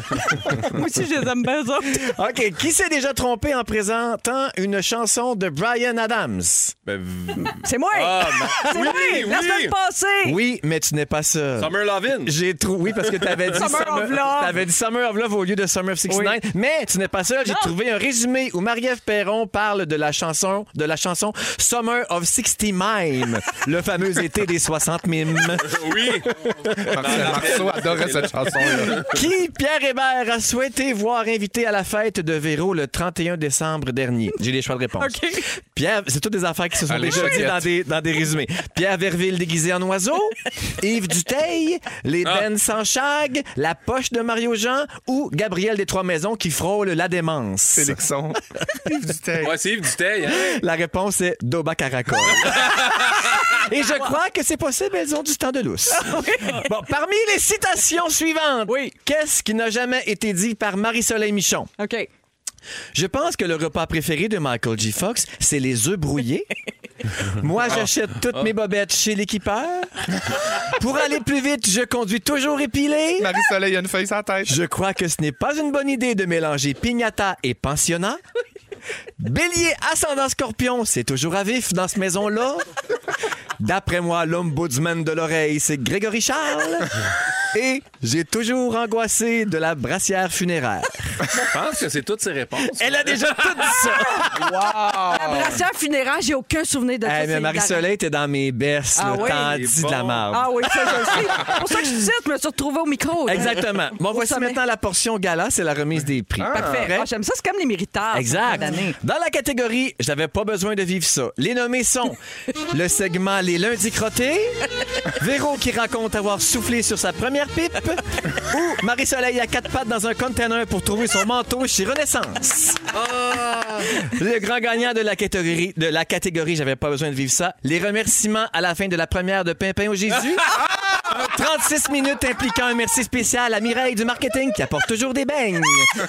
S2: Moi aussi, je les aime bien, ça.
S5: OK, qui s'est déjà trompé en présentant une chanson de Brian Adams?
S6: Ben,
S5: Hmm.
S6: v-
S2: C'est moi!
S6: Ah, non.
S2: C'est
S6: oui,
S2: moi! La
S6: oui.
S2: semaine passée!
S5: Oui, mais tu n'es pas seul.
S6: Summer Lovin.
S5: J'ai trouvé, oui, parce que t'avais dit,
S2: Summer of Love.
S5: t'avais dit Summer of Love au lieu de Summer of 69. Mais tu n'es pas seul, j'ai trouvé un résumé où Marie-Ève Perron parle de la chanson, de la chanson Summer of 60 Mime, le fameux été des 60 mimes.
S6: Oui.
S7: Marcel Marceau adorait cette chanson-là.
S5: Qui Pierre Hébert a souhaité voir invité à la fête de Véro le 31 décembre dernier? J'ai les choix de réponse. Pierre, c'est toutes des affaires qui se sont
S7: Allez,
S5: déjà dites
S7: chouette.
S5: dans des, dans des résumés. Pierre Verville déguisé en oiseau, Yves Duteil, les
S7: Ah.
S5: Ben sans chag, la poche de Mario Jean ou Gabriel des Trois Maisons qui frôle la démence.
S7: Félixon. Yves Duteil.
S6: Ouais, c'est Yves Duteil. Hein?
S5: La réponse est Doba Caracol. Et je crois que c'est possible, elles ont du temps de lousse. Bon, parmi les citations suivantes,
S2: Oui.
S5: qu'est-ce qui n'a jamais été dit par Marie-Soleil Michon?
S2: OK.
S5: Je pense que le repas préféré de Michael G. Fox, c'est les œufs brouillés.
S8: Ah.
S5: Moi, j'achète toutes
S2: Ah.
S5: mes bobettes chez l'équipeur. Pour aller plus vite, je conduis toujours épilé.
S7: Marie-Soleil a une feuille sans tête.
S5: Je crois que ce n'est pas une bonne idée de mélanger pignata et pensionnat. Bélier ascendant scorpion, c'est toujours à vif dans cette maison-là. D'après moi, l'ombudsman de l'oreille, c'est Grégory Charles. Et j'ai toujours angoissé de la brassière funéraire.
S6: Je pense que c'est toutes ses réponses.
S5: Elle a déjà tout dit ça.
S2: Ah! La brassière funéraire, j'ai aucun souvenir de
S5: Eh,
S2: ça.
S5: mais
S2: c'est hilarant.
S5: Marie-Soleil, t'es dans mes baisses,
S2: Ah
S5: le
S2: oui?
S5: tanti
S6: Bon.
S5: de la marde.
S2: Ah oui, ça, je le sais. C'est pour ça que je suis ici, je me suis retrouvée au micro.
S5: Exactement. Bon, voici
S2: sommet.
S5: maintenant la portion gala, c'est la remise des prix.
S2: Parfait.
S5: Prêt?
S2: Ah, J'aime ça, c'est comme les méritages.
S5: Exact.
S2: cette année.
S5: Dans la catégorie, j'avais pas besoin de vivre ça. Les nommés sont le segment Les lundis crottés, Véro qui raconte avoir soufflé sur sa première pipe, ou Marie-Soleil à quatre pattes dans un container pour trouver son manteau chez Renaissance.
S9: Ah!
S5: Le grand gagnant de la catégorie, de la catégorie, j'avais pas besoin de vivre ça. Les remerciements à la fin de la première de Pimpin au Jésus. 36 minutes impliquant un merci spécial à Mireille du marketing qui apporte toujours des beignes.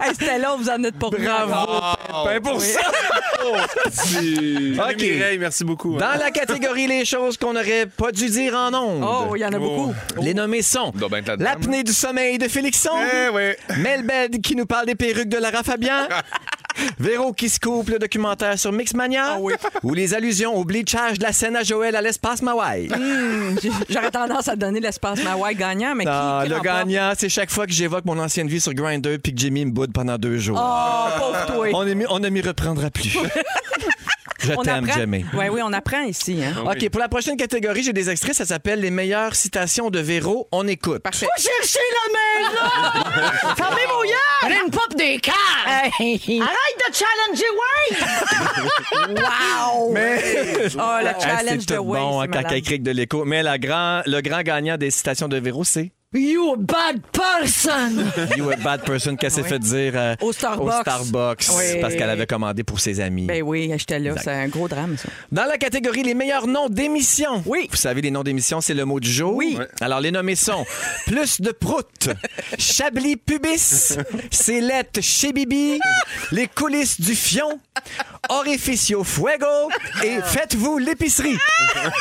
S2: Hey, C'était là, vous en êtes pour
S5: Bravo, Pimpin, Ben, pour ça.
S6: Merci.
S5: Ok.
S6: Oh, Mireille, merci beaucoup. hein.
S5: Dans la catégorie les choses qu'on n'aurait pas dû dire en ondes.
S2: Oh, il y en a beaucoup.
S5: Les nommés sont
S7: Doit bien être là-dedans,
S5: l'apnée du sommeil de Félixon,
S7: Eh oui.
S5: Melbed qui nous parle des perruques de Lara Fabian, Véro qui se coupe le documentaire sur Mixmania, ou les allusions au bleachage de la scène à Joël à l'espace Mawai.
S2: J'ai- Hmm, J'aurais tendance à donner l'espace Mawai gagnant, mais qui,
S5: Ah,
S2: qui
S5: le
S2: remporte?
S5: gagnant, c'est chaque fois que j'évoque mon ancienne vie sur Grindr puis que Jimmy me boude pendant deux jours.
S2: Oh, pauvre toi.
S5: On ne on ne m'y reprendra plus. Je t'aime,
S2: apprend.
S5: Jimmy.
S2: Ouais, oui, on apprend ici. Hein.
S6: Ah oui.
S5: OK, pour la prochaine catégorie, j'ai des extraits. Ça s'appelle Les meilleures citations de Véro. On écoute. Parfait.
S9: chercher la maison! Fermez vos yeux! Prenez une pop des cartes! Arrête de challenger Wade! Oh,
S2: Ah, le challenge
S5: c'est
S2: de
S5: tout
S2: Way.
S5: bon, hein,
S2: c'est malade.
S5: caca cric de l'écho. Mais la grand, le grand gagnant des citations de Véro, c'est
S9: You a bad person!
S5: You a bad person qu'elle s'est fait dire euh,
S2: Au Starbucks.
S5: au Starbucks,
S2: Oui.
S5: parce qu'elle avait commandé pour ses amis.
S2: Ben oui, j'étais là. C'est un gros drame, ça.
S5: Dans la catégorie les meilleurs noms d'émissions.
S2: Oui.
S5: Vous savez, les noms d'émissions, c'est le mot du jour.
S2: Oui.
S5: Ouais. Alors, les nommés sont Plus de Prout, Chablis Pubis, Célette chez Bibi, Les coulisses du Fion, Orificio Fuego
S2: Ah.
S5: et Faites-vous l'épicerie.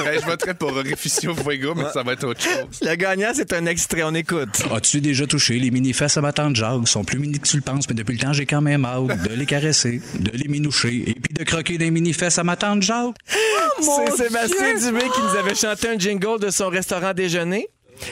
S7: Ben, je voterais pour Orificio Fuego, mais ça va être autre chose.
S5: Le gagnant, c'est un extrait, on écoute.
S8: As-tu déjà touché les mini-fesses à ma tante Jacques? Sont plus mini que tu le penses, mais depuis le temps, j'ai quand même hâte de les caresser, de les minoucher et puis de croquer des mini-fesses à ma tante Jacques.
S2: Oh
S5: C'est Sébastien Dubé qui nous avait chanté un jingle de son restaurant déjeuner.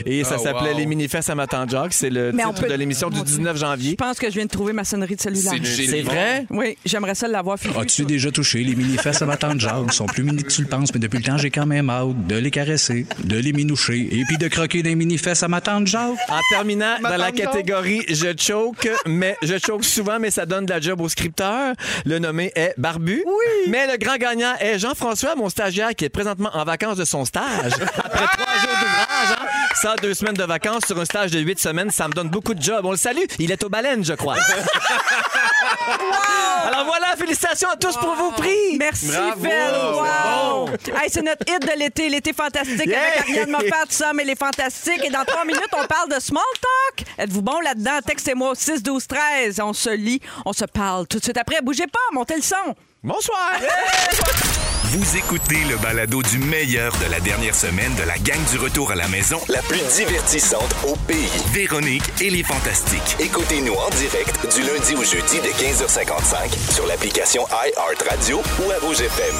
S5: Et ça
S6: Ah,
S7: Oh,
S5: s'appelait
S7: wow.
S5: Les mini-fesses à ma tante Jacques. C'est le
S2: Mais on
S5: titre
S2: peut-
S5: de l'émission du 19
S2: Je
S5: janvier.
S2: pense que je viens de trouver ma sonnerie de cellulaire.
S7: C'est génial.
S5: C'est vrai?
S2: Oui, j'aimerais ça l'avoir fait.
S8: As-tu déjà touché les mini-fesses à ma tante Jacques? Sont plus mini que tu le penses, mais depuis le temps, j'ai quand même hâte de les caresser, de les minoucher et puis de croquer des mini-fesses à ma tante Jacques.
S5: En terminant, dans la
S7: tante Jacques.
S5: catégorie Je choke, mais je choke souvent, mais ça donne de la job au scripteur. Le nommé est Barbu. Oui. Mais le grand gagnant est Jean-François, mon stagiaire, qui est présentement en vacances de son stage. Après trois
S2: Ah!
S5: jours d'ouvrage, hein, ça, deux semaines de vacances sur un stage de huit semaines, ça me donne beaucoup de job. On le salue. Il est aux baleines, je crois. Alors Ah, voilà, félicitations à tous pour vos prix.
S2: Merci,
S6: Bravo,
S2: Phil. Wow.
S6: c'est
S2: Hey, c'est notre hit de l'été, l'été fantastique
S5: Yeah.
S2: avec Ariane Moffat, Sam et les fantastiques. Et dans trois minutes, on parle de small talk. Êtes-vous bon là-dedans? Textez-moi au 6 12 13. On se lit, on se parle tout de suite après. Bougez pas, montez le son.
S5: Bonsoir.
S1: Vous écoutez le balado du meilleur de la dernière semaine de la gang du retour à la maison, la plus divertissante au pays. Véronique et les Fantastiques. Écoutez-nous en direct du lundi au jeudi dès 15h55 sur l'application iHeartRadio ou à Rouge FM.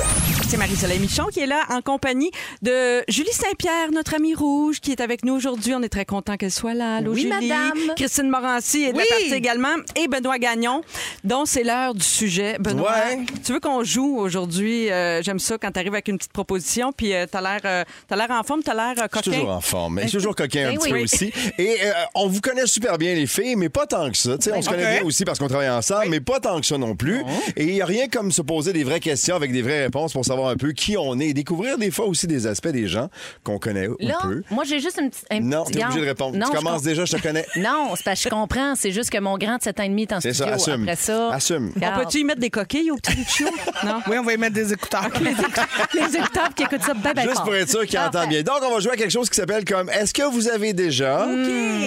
S2: C'est Marie-Soleil Michon qui est là en compagnie de Julie Saint-Pierre, notre amie rouge, qui est avec nous aujourd'hui. On est très content qu'elle soit là. Allô,
S3: Oui,
S2: Julie.
S3: madame.
S2: Christine Morancy est de
S4: Oui.
S2: la partie également. Et Benoît Gagnon, dont c'est l'heure du sujet. Benoît,
S4: Ouais.
S2: tu veux qu'on joue aujourd'hui? Euh, J'aime ça quand tu arrives avec une petite proposition, puis euh, t'as l'air euh, t'as l'air en forme, t'as l'air euh,
S10: Je
S2: coquin.
S10: suis toujours en forme. mais Je suis toujours coquin un
S2: Ben
S10: petit
S2: oui.
S10: peu aussi. Et euh, on vous connaît super bien, les filles, mais pas tant que ça. Tu sais,
S11: Ben
S10: on se connaît bien aussi parce qu'on travaille ensemble, mais pas tant que ça non plus.
S11: Oh.
S10: Et il n'y a rien comme se poser des vraies questions avec des vraies réponses pour savoir un peu qui on est et découvrir des fois aussi des aspects des gens qu'on connaît un
S11: Là,
S10: peu.
S11: moi, j'ai juste une petite. un
S10: Non,
S11: petit
S10: t'es obligé
S11: gant.
S10: de répondre.
S11: Non,
S10: tu
S11: je
S10: commences
S11: com-
S10: déjà, je te connais.
S11: Non, c'est parce que je comprends. C'est juste que mon grand de 7 ans et demi est en
S10: C'est
S11: studio.
S10: ça, assume.
S11: Après ça,
S10: Assume.
S2: On peut-tu y mettre des coquilles au petit bout de chou? Non?
S12: Oui, on va y mettre des écouteurs.
S11: les écouteurs qui écoutent ça ben, ben
S10: Juste
S11: fort.
S10: pour être sûr qu'il entend bien. Donc, on va jouer à quelque chose qui s'appelle comme Est-ce que vous avez déjà?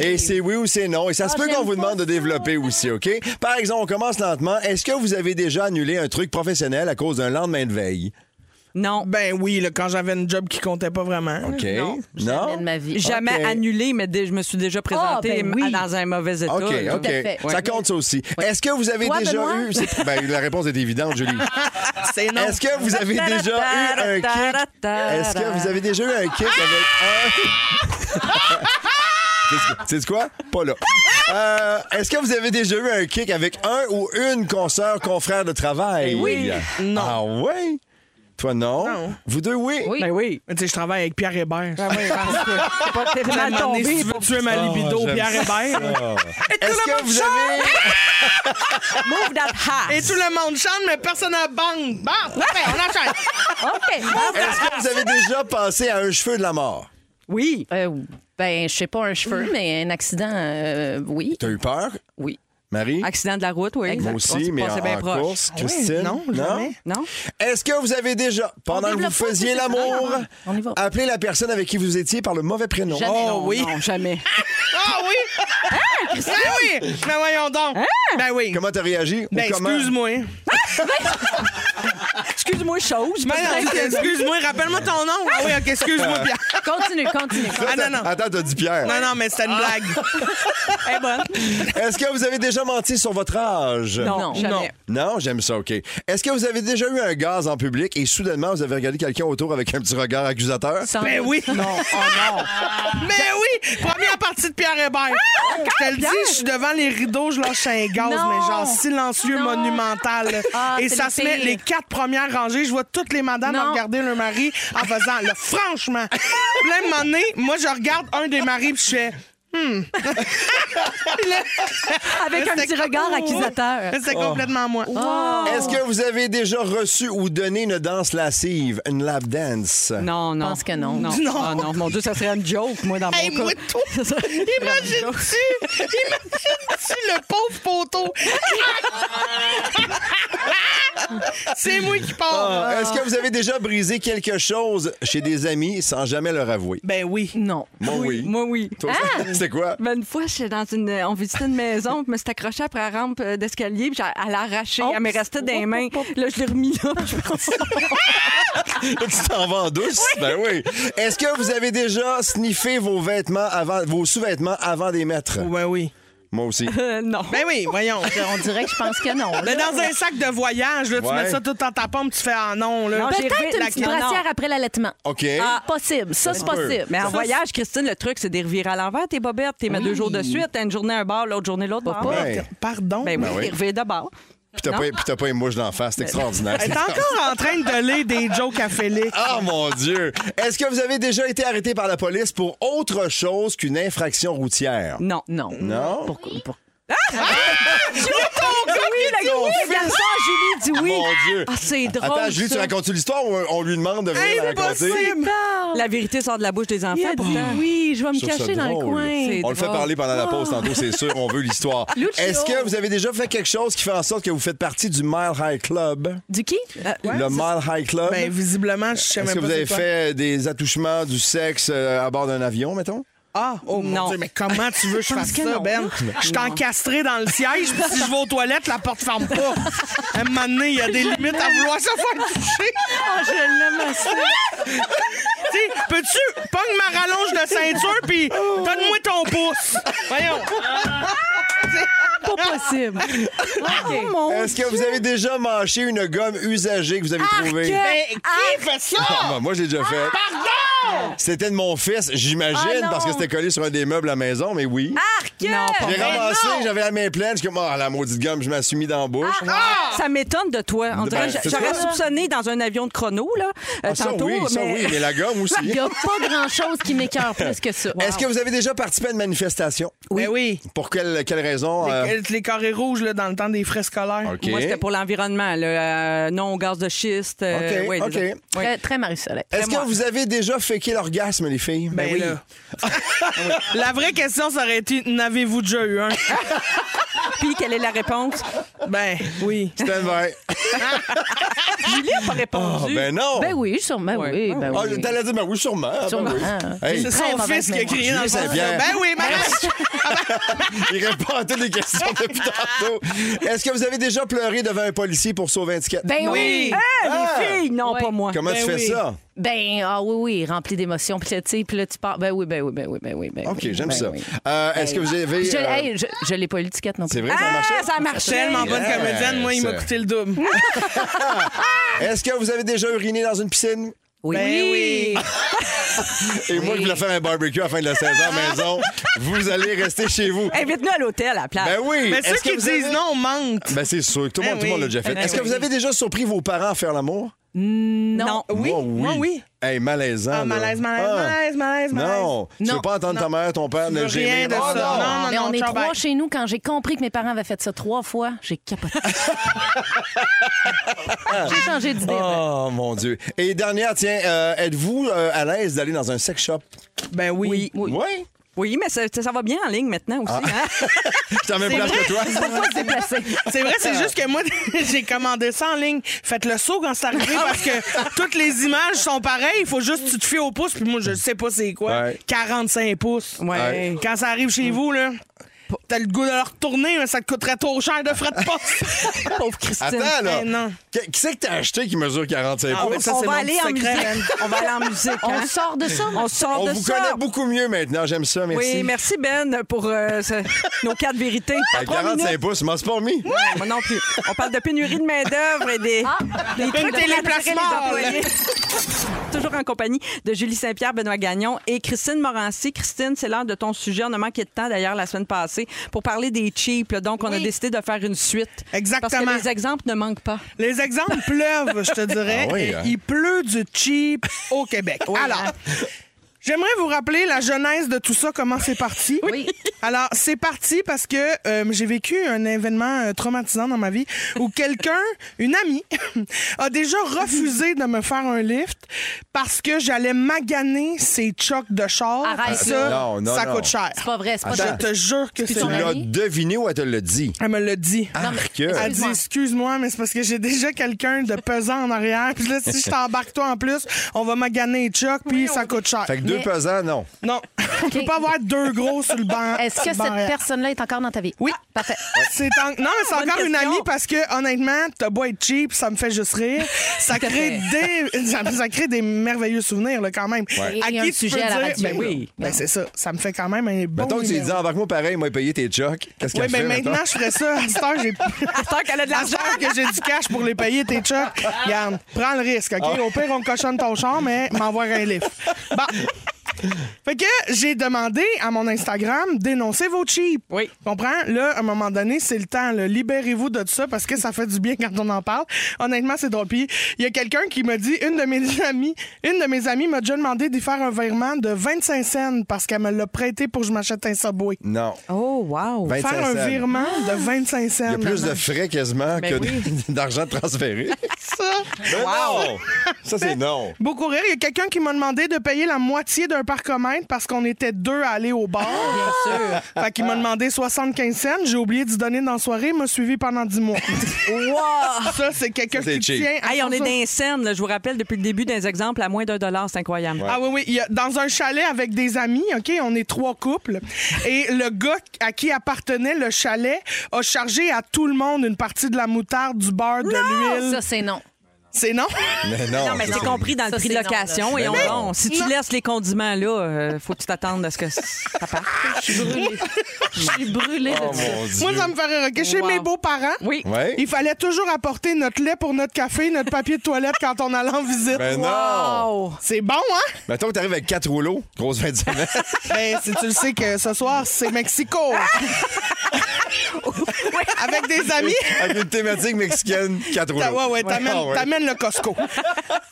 S10: Et c'est oui ou c'est non. Et
S11: Ah,
S10: ça se peut qu'on vous demande de développer aussi, OK? Par exemple, on commence lentement. Est-ce que vous avez déjà annulé un truc professionnel à cause d'un lendemain de veille?
S2: Non.
S12: Ben oui, là, quand j'avais une job qui comptait pas vraiment. Oh.
S10: OK?
S12: Non.
S10: Jamais
S11: de ma vie.
S2: Jamais annulé, mais dé- je me suis déjà présentée
S11: Ah, ben oui.
S2: dans un mauvais état.
S10: OK,
S2: là.
S10: OK. Ça compte, ça aussi. Est-ce que vous avez
S11: Toi,
S10: déjà
S11: Benoît?
S10: eu. c'est- Ben, la réponse est évidente, Julie.
S12: C'est non.
S10: Est-ce que vous avez déjà eu un kick? Est-ce que vous avez déjà eu un kick avec un. C'est quoi? Pas là. Euh, Est-ce que vous avez déjà eu un kick avec un ou une consoeur, confrère de travail?
S12: Ben oui. Non.
S10: Ah oui? Toi, non?
S12: Non.
S10: Vous deux, oui?
S11: Oui.
S2: Ben oui.
S12: Mais Tu sais, je travaille avec Pierre Hébert.
S2: T'es pas- t'es
S12: À un
S2: mal
S12: moment donné,
S2: tombé,
S12: si tu veux tuer ma libido,
S10: j'aime
S12: Pierre Hébert.
S10: Est-ce que vous avez.
S2: Move that hat.
S12: Et tout le monde chante, mais personne n'a bang. Bon, parfait, on enchaîne.
S11: OK.
S10: Est-ce que vous avez déjà pensé à un cheveu de la mort?
S2: Oui.
S11: Euh, ben, je sais pas un
S2: Hmm.
S11: cheveu, mais un accident, euh, oui.
S10: T'as eu peur?
S11: Oui.
S10: Marie?
S2: Accident de la route, oui.
S10: Moi
S2: On
S10: aussi,
S2: s'est
S10: mais en,
S2: passé bien
S10: en
S2: proche. Ah
S10: course. Christine?
S12: Ah non, jamais.
S2: Non?
S10: Est-ce que vous avez déjà, pendant que vous
S11: développe pas,
S10: faisiez
S11: c'est ça.
S10: l'amour,
S11: Non,
S12: Ah,
S11: non, on y va.
S10: appelé la personne avec qui vous étiez par le mauvais prénom?
S11: Jamais.
S10: Oh, Ah,
S2: Non,
S12: oui.
S2: non, jamais.
S12: Ah oui!
S10: Hein?
S12: Ben oui! Ben voyons donc! Ben oui!
S10: Comment t'as réagi?
S12: Ben
S10: Ou comment- Ah,
S12: excuse-moi.
S10: Hein?
S2: Excuse-moi, chose.
S12: Ben non, excuse-moi, rappelle-moi ton nom. Ah oui, ok, excuse-moi, Pierre.
S11: Continue, continue.
S12: Ah non, non.
S10: Euh, Attends, t'as dit Pierre.
S12: Non, non, mais c'était
S2: Ah.
S12: une blague.
S2: Eh ben,
S10: Est-ce que vous avez déjà menti sur votre âge?
S2: non,
S11: Non.
S2: jamais.
S10: Non, j'aime ça, OK. Est-ce que vous avez déjà eu un gaz en public et soudainement vous avez regardé quelqu'un autour avec un petit regard accusateur?
S11: Sans-
S12: Ben oui!
S2: Non, oh non.
S12: Mais oui! Première partie de Pierre Hébert. je te le dis, je suis devant les rideaux, je lâche un gaz,
S11: Ah, Non.
S12: mais genre silencieux,
S11: Non.
S12: monumental. là.
S11: Ah,
S12: Et
S11: c'est
S12: ça
S11: le
S12: se met
S11: pire.
S12: les quatre premières rangées. Je vois toutes les madames
S11: Non.
S12: regarder leur mari en faisant le franchement. Plein de moment donné, moi, je regarde un des maris puis je fais. hmm.
S2: Avec un petit regard accusateur.
S10: Oh.
S12: C'est complètement moi.
S11: Oh.
S2: Oh.
S12: Oh.
S10: Est-ce que vous avez déjà reçu ou donné une danse lascive, une lap dance?
S2: Non, non.
S11: pense que non.
S2: Non.
S12: Non.
S2: Ah non, mon Dieu, ça serait une joke, moi, dans
S12: Hey,
S2: mon
S12: moi,
S2: cas.
S12: toi, imagines-tu, imagines-tu le pauvre poteau? C'est moi qui parle.
S10: Ah, Oh,
S2: Ah.
S10: Est-ce que vous avez déjà brisé quelque chose chez des amis sans jamais leur avouer?
S12: Ben oui.
S11: Non.
S10: Moi, oui.
S2: Moi, oui.
S10: Toi,
S12: Ah!
S10: c'est quoi?
S2: Ben, une fois, j'étais dans une, euh, on visitait une maison, puis je me suis accrochée après la rampe euh, d'escalier, puis j'ai- elle l'a arrachée,
S11: Oh,
S2: elle m'est restée dans les mains. Là, je l'ai remis là. Je pense-
S10: Là, tu t'en vas en douce? Ben oui. Est-ce que vous avez déjà sniffé vos vêtements avant, vos sous-vêtements avant de les mettre?
S12: Ben oui.
S10: Moi aussi.
S2: Euh, non.
S12: Ben oui, voyons.
S11: On dirait que je pense que non.
S12: Mais dans un sac de voyage, là, tu
S10: Ouais.
S12: mets ça tout dans ta pompe, tu fais ah non, là.
S2: Non, j'ai
S11: Peut-être
S2: vite
S11: une
S2: la
S11: petite
S2: clé.
S11: brassière après l'allaitement. Ah,
S10: OK.
S11: Possible. Ça, c'est
S10: peut.
S11: possible.
S2: Ah, Mais en
S11: Ça,
S2: voyage, Christine, le truc, c'est des revirer à l'envers, tes bobettes, t'es mets deux jours de suite, t'as une journée un bar, l'autre journée l'autre bar.
S10: Ouais.
S12: Pardon.
S2: Ben oui,
S10: oui.
S2: t'es reviré de bord.
S10: Puis t'as pas, puis t'as pas les mouches d'en face. C'est extraordinaire.
S12: Elle est encore en train de lire des jokes à Félix.
S10: Ah mon Dieu! Est-ce que vous avez déjà été arrêté par la police pour autre chose qu'une infraction routière?
S2: Non.
S11: Non.
S10: Non?
S11: Pourquoi? pour-
S2: Oui,
S10: Ton
S2: le
S10: fils!
S2: garçon, Julie dit oui.
S10: Mon Dieu!
S2: Ah, c'est drôle.
S10: Attends, Julie, tu
S2: ça. Ben,
S10: racontes l'histoire ou on lui demande de venir la raconter?
S12: Impossible.
S2: La vérité sort de la bouche des enfants.
S11: Il a
S2: pourtant.
S11: dit oui, je vais me
S10: Je trouve ça
S11: cacher dans le
S10: drôle.
S11: coin.
S10: On le fait
S2: drôle.
S10: parler pendant
S11: Ah.
S10: la pause tantôt, c'est sûr, on veut l'histoire.
S11: Lucio.
S10: Est-ce que vous avez déjà fait quelque chose qui fait en sorte que vous faites partie du Mile High Club?
S11: Du qui?
S10: le Mile High Club?
S12: Ben visiblement, je sais
S10: Est-ce
S12: même pas
S10: que vous
S12: c'est
S10: avez
S12: quoi.
S10: fait des attouchements du sexe euh, à bord d'un avion, mettons?
S12: Ah, oh mon
S2: Non.
S12: Dieu, mais comment tu veux que je
S2: Je pense
S12: fasse
S2: que
S12: ça,
S2: non.
S12: Ben? Je suis
S2: Non.
S12: encastré dans le siège, puis si je vais aux toilettes, la porte ferme pas. À un moment donné, il y a des limites à vouloir se faire toucher.
S9: Ah, je l'aime assez.
S12: Tu sais, peux-tu pogne ma rallonge de ceinture, puis
S10: Oh.
S12: donne-moi ton pouce. Voyons.
S10: Pas possible.
S9: Oh
S10: Est-ce que vous avez déjà mangé une gomme usagée que vous avez trouvée?
S12: Ben, qui fait ça?
S10: Ah, ben, moi, j'ai déjà fait.
S12: Pardon!
S10: C'était de mon fils, j'imagine,
S12: Ah, non.
S10: parce que c'était collé sur un des meubles à la maison, mais oui.
S2: Non, Ah, pas
S10: J'ai
S2: vrai.
S10: ramassé, j'avais la main pleine, je suis comme, ah, la maudite gomme, je m'en suis mis dans la bouche.
S11: Ah,
S2: Ça m'étonne de toi. On
S10: Ben,
S2: dirait que
S10: c'est
S2: j'aurais
S10: ça.
S2: soupçonné dans un avion de chrono, là, euh,
S10: Ah, ça,
S2: tantôt.
S10: oui, ça, oui, mais la gomme aussi.
S11: Il n'y a pas grand-chose qui m'écœure plus que ça.
S10: Est-ce que vous avez déjà participé à une manifestation?
S12: Oui. Ben oui.
S10: Pour quelle, quelle raison? euh,
S12: Les, les carrés rouges, là, dans le temps des frais scolaires.
S10: OK.
S2: Moi, c'était pour l'environnement, là, euh, non au gaz de schiste. euh,
S10: OK,
S2: ouais,
S10: OK.
S2: déjà. Ouais.
S11: Très, très Marie-Soleil.
S10: Est-ce que vous avez déjà féqué l'orgasme, les filles? Ben, oui.
S11: Ah!
S12: La vraie question, ça aurait été n'avez-vous déjà eu un?
S2: Puis, quelle est la réponse?
S12: Ben, oui.
S10: C'était vrai.
S2: Julie n'a pas répondu.
S10: Ah, ben non.
S11: Ben oui, sûrement, oui. Ben
S10: Ah,
S11: oui.
S10: T'allais dire, ben oui, sûrement. Ah, ben
S11: Sûrement.
S10: oui.
S11: Ah.
S10: Hey.
S12: C'est son fils qui a crié dans le fond.
S10: Julien Saint-Pierre.
S12: Ben oui,
S2: Ah.
S12: mais
S10: Il répond à toutes les questions depuis tantôt. Est-ce que vous avez déjà pleuré devant un policier pour sauver un ticket?
S11: Ben oui.
S2: Hey,
S10: Ah!
S2: Hein, les filles, non,
S11: Ouais.
S2: pas moi.
S12: Ben
S10: Comment tu fais ça?
S11: Ben, ah oui, oui, rempli d'émotions. Puis là, tu sais, puis là, tu pars. Ben oui, ben oui, ben oui, ben oui. Ben,
S10: OK,
S11: oui,
S10: j'aime
S11: ben
S10: ça.
S11: oui. Ben, ah,
S10: Euh, Est-ce que vous avez...
S11: Je,
S10: euh,
S11: hey, je, je l'ai pas eu l'étiquette non plus.
S10: C'est vrai, ça a marché?
S2: Ah, ça marche
S12: tellement bonne
S10: Yes.
S12: comédienne, moi, il m'a coûté le double.
S10: Est-ce que vous avez déjà uriné dans une piscine?
S11: Oui.
S12: Ben oui.
S10: Et moi, je voulais faire un barbecue à la fin de la saison à la maison. Vous allez rester chez vous.
S2: Invite-nous à l'hôtel à la place.
S10: Ben oui.
S12: Mais ceux
S10: Est-ce que
S12: qui
S10: vous
S12: disent
S10: avez-
S12: non, on mente.
S10: Ben c'est sûr. Tout le monde,
S12: Ben
S10: tout le monde l'a
S12: oui.
S10: déjà fait.
S12: Ben
S10: Est-ce que
S12: oui.
S10: vous avez déjà surpris vos parents à faire l'amour?
S2: Non.
S12: Ah Oui,
S10: Moi, oui.
S12: moi, oui.
S10: Hey, malaisant.
S12: Ah,
S10: là.
S12: malaise, malaise,
S10: Ah.
S12: malaise, malaise, malaise.
S10: Non. Tu veux pas entendre ta mère, ton père,
S12: veux
S10: le gémir.
S12: rien de
S10: Ah,
S12: ça.
S10: non.
S12: Non, non,
S11: Mais
S12: non,
S11: on est
S12: ciao,
S11: trois
S12: bye.
S11: chez nous. Quand j'ai compris que mes parents avaient fait ça trois fois, j'ai capoté. j'ai changé d'idée.
S10: Ah.
S11: ben.
S10: Oh mon Dieu. Et dernière, tiens, euh, êtes-vous euh, à l'aise d'aller dans un sex shop?
S12: Ben oui.
S2: Oui. Oui,
S10: Oui.
S2: mais ça, ça va bien en ligne maintenant aussi.
S10: Ah.
S2: hein?
S10: Je t'en mets place que toi.
S12: C'est vrai, c'est juste que moi, j'ai commandé ça en ligne. Faites le saut quand c'est arrivé parce que toutes les images sont pareilles. Il faut juste que tu te fies au pouce, puis moi, je sais pas c'est quoi.
S10: Ouais.
S12: 45 pouces.
S2: Ouais.
S12: Quand ça arrive chez vous, là. T'as le goût de leur retourner, mais ça te coûterait trop cher de frais de poste.
S2: Pauvre Christine. Eh
S10: Attends, là.
S12: Ben non.
S10: Qui qui c'est que t'as acheté qui mesure 45
S12: Ah,
S10: pouces?
S12: ben ça,
S2: on,
S12: c'est
S2: va
S12: mon
S2: aller
S12: petit
S2: en
S12: secret, man.
S2: musique. on va aller en musique.
S11: On
S2: hein?
S11: sort de ça.
S2: On sort
S10: On
S2: de
S10: vous
S2: ça.
S10: connaît beaucoup mieux maintenant. J'aime ça, merci.
S2: Oui, merci Ben pour euh, ce- nos quatre vérités.
S10: À
S2: Trois
S10: 45
S2: minutes.
S10: pouces, m'en pas remis.
S2: Moi non plus. On parle de pénurie de main-d'œuvre et des,
S12: Ah,
S2: des trucs pour
S12: téléplacement,
S2: attirer les employés. Toujours en compagnie de Julie Saint-Pierre, Benoît Gagnon et Christine Morancy. Christine, c'est l'heure de ton sujet. On a manqué de temps d'ailleurs la semaine passée pour parler des cheap. là. Donc, on a
S12: Oui.
S2: décidé de faire une suite. Parce
S12: Exactement.
S2: que les exemples ne manquent pas.
S12: Les exemples pleuvent, je te dirais.
S10: Ah oui,
S12: Et
S10: hein?
S12: Il pleut du cheap au Québec. Alors, j'aimerais vous rappeler la genèse de tout ça, comment c'est parti.
S11: Oui.
S12: Alors, c'est parti parce que euh, j'ai vécu un événement euh, traumatisant dans ma vie où quelqu'un, une amie, a déjà refusé de me faire un lift parce que j'allais maganer ses chocs de char.
S11: Arrête.
S12: Ça,
S10: Ah, Non, non,
S12: ça
S10: non.
S12: coûte cher.
S11: C'est pas vrai, c'est pas
S10: Attends.
S11: vrai.
S12: Je te jure que c'est
S10: Tu
S11: ton
S12: vrai.
S10: l'as
S11: ami?
S10: deviné ou elle te l'a dit?
S12: Elle me l'a dit.
S11: Non, mais-
S10: Arc.
S12: Elle dit excuse-moi, mais c'est parce que j'ai déjà quelqu'un de pesant en arrière. Puis là, si je t'embarque toi en plus, on va maganer Chuck, puis ça coûte cher.
S10: Fait que deux
S11: Mais-
S10: pesants, non.
S12: Non, on peut pas avoir deux gros sur le banc.
S11: Est-ce que
S12: sur le banc
S11: cette
S12: arrière.
S11: personne-là est encore dans ta vie? Ah,
S12: Oui.
S11: Parfait.
S12: C'est en- Non, mais c'est
S2: Bonne
S12: encore une
S2: question.
S12: amie parce que, honnêtement, t'as beau être cheap, ça me fait juste rire. Ça crée des, ça, ça crée des merveilleux souvenirs, là, quand même.
S11: Et
S12: À
S11: il y a
S12: qui
S11: un
S12: tu
S11: sujet
S12: peux
S11: à la
S12: dire,
S11: radio,
S12: ben oui,
S11: là.
S12: ben c'est ça. Ça me fait quand même un bon.
S10: Mettons que tu lui dis,
S12: numéro.
S10: embarque-moi pareil, moi, payer tes chocs. Qu'est-ce qu'elle
S12: Oui, mais
S10: fait?
S12: maintenant,
S10: mettons?
S12: je ferais ça. À cette heure, j'ai.
S2: Tant qu'elle a de
S12: La
S2: l'argent.
S12: soeur que j'ai du cash pour les payer, tes chocs, Yann, prends le risque, OK?
S10: Ah.
S12: Au pire, on cochonne ton char, mais m'envoie un livre. Bon. Fait que j'ai demandé à mon Instagram dénoncez vos cheap.
S2: Oui.
S12: Comprends? Là, à un moment donné, c'est le temps. là. Libérez-vous de ça parce que ça fait du bien quand on en parle. Honnêtement, c'est drôle. Puis il y a quelqu'un qui m'a dit une de mes amies, une de mes amies m'a déjà demandé d'y faire un virement de 25 cents parce qu'elle me l'a prêté pour que je m'achète un subway.
S10: Non.
S2: Oh, wow.
S10: 25
S12: Faire un
S10: cents.
S12: virement de 25 cents.
S10: Il y a plus
S12: maman.
S10: de frais quasiment que
S2: Ben
S10: d'argent transféré.
S12: ça.
S10: Ben non! Ça, c'est non.
S12: Beaucoup rire. Il y a quelqu'un qui m'a demandé de payer la moitié d'un parcomètre parce qu'on était deux à aller au bar.
S10: Bien sûr.
S12: Fait qu'il m'a demandé 75 cents. J'ai oublié d'y donner dans la soirée. Il m'a suivi pendant 10 mois. Ça, c'est quelqu'un qui tient à
S2: Hey, on
S12: son-
S2: est dans les scènes, là, je vous rappelle, depuis le début, des exemples à moins d'un dollar, c'est incroyable.
S12: Ah oui, oui. Il y a- dans un chalet avec des amis, OK, on est trois couples. Et le gars à qui appartenait le chalet a chargé à tout le monde une partie de la moutarde, du beurre, de l'huile.
S11: Ça, c'est non.
S12: C'est non?
S10: Mais
S2: non, mais c'est compris dans le
S11: Ça,
S2: prix de
S11: c'est non,
S2: location.
S11: là.
S2: et on
S11: Mais
S2: non.
S11: non.
S2: Si tu
S11: Non.
S2: laisses les condiments là, euh, faut que tu t'attendes à ce que ça parte. Je suis brûlée. Je suis brûlée
S10: de Oh, ça. mon Dieu.
S12: Moi, ça me ferait rire. OK, Chez
S10: Wow.
S12: mes beaux-parents,
S10: Ouais.
S12: il fallait toujours apporter notre lait pour notre café, notre papier de toilette quand on allait en visite.
S10: Ben non.
S12: C'est bon, hein?
S10: Mettons que t'arrives avec quatre rouleaux, grosse fin de semaine.
S12: Ben, si tu le sais que ce soir, c'est Mexico. Avec des amis.
S10: Avec une thématique mexicaine, quatre
S12: T'as-
S10: rouleaux.
S12: ouais, ouais, t'amènes,
S10: Ah ouais.
S12: t'amènes le Costco.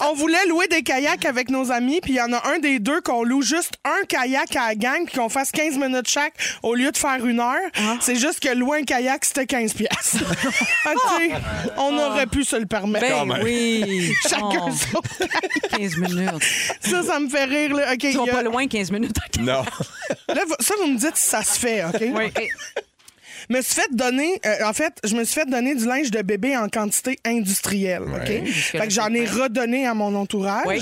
S12: On voulait louer des kayaks avec nos amis, puis il y en a un des deux qu'on loue juste un kayak à la gang, puis qu'on fasse 15 minutes chaque au lieu de faire une heure.
S2: Ah.
S12: C'est juste que louer un kayak, c'était 15 piastres. Ah, tu sais, on aurait pu se le permettre.
S2: Ah. Ben Quand même. oui.
S12: Chacun
S2: Oh.
S12: son kayak.
S2: 15 minutes.
S12: Ça, ça me fait rire. Là. OK,
S2: Ils sont
S12: il y a-
S2: pas loin, 15 minutes.
S10: Non.
S12: Là, vous- ça, vous me dites si ça se fait, OK?
S2: Oui.
S12: Me suis fait donner, euh, en fait, je me suis fait donner du linge de bébé en quantité industrielle. OK?
S9: Ouais.
S12: Fait que j'en ai redonné à mon entourage.
S9: Ouais.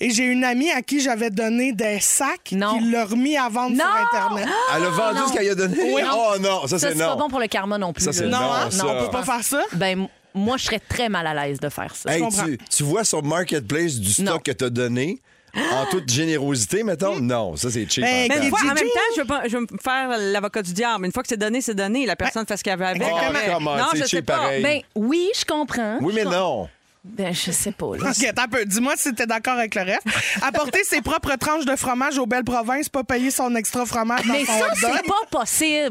S12: Et j'ai une amie à qui j'avais donné des sacs qui l'a remis à vendre sur Internet.
S11: Ah!
S10: Elle a vendu ce qu'elle a donné?
S12: Oui.
S10: Oh non, ça, c'est
S11: c'est pas
S10: non.
S11: bon pour le karma non plus.
S10: Ça, c'est
S11: là.
S10: non, Non, hein? ça.
S11: je pense-
S12: faire ça?
S11: Ben, m- moi, je serais très mal à l'aise de faire ça.
S10: Hey, tu, tu vois sur Marketplace du stock que t'as donné, en toute générosité, mettons? Non, ça, c'est
S11: Ben,
S10: cheap.
S12: Ben,
S10: hein.
S2: Mais
S10: en
S2: une
S10: temps.
S2: fois, en même temps, je veux, pas- je veux me faire l'avocat du diable. Une fois que c'est donné, c'est donné. La personne fait ce qu'elle veut avec.
S10: Exactement.
S2: Après-
S10: Ah, comment,
S2: non,
S10: c'est
S2: je sais
S10: cheap
S2: pas.
S10: pareil.
S2: Ben,
S11: Ben, oui, je comprends.
S10: Oui, mais non.
S11: hein? Ben, je sais pas. là.
S12: Ok, attends un peu. Dis-moi si t'es d'accord avec le reste. Apporter ses propres tranches de fromage aux belles provinces, pas payer son extra fromage dans
S11: Mais
S12: son
S11: ça,
S12: hot dog.
S11: c'est pas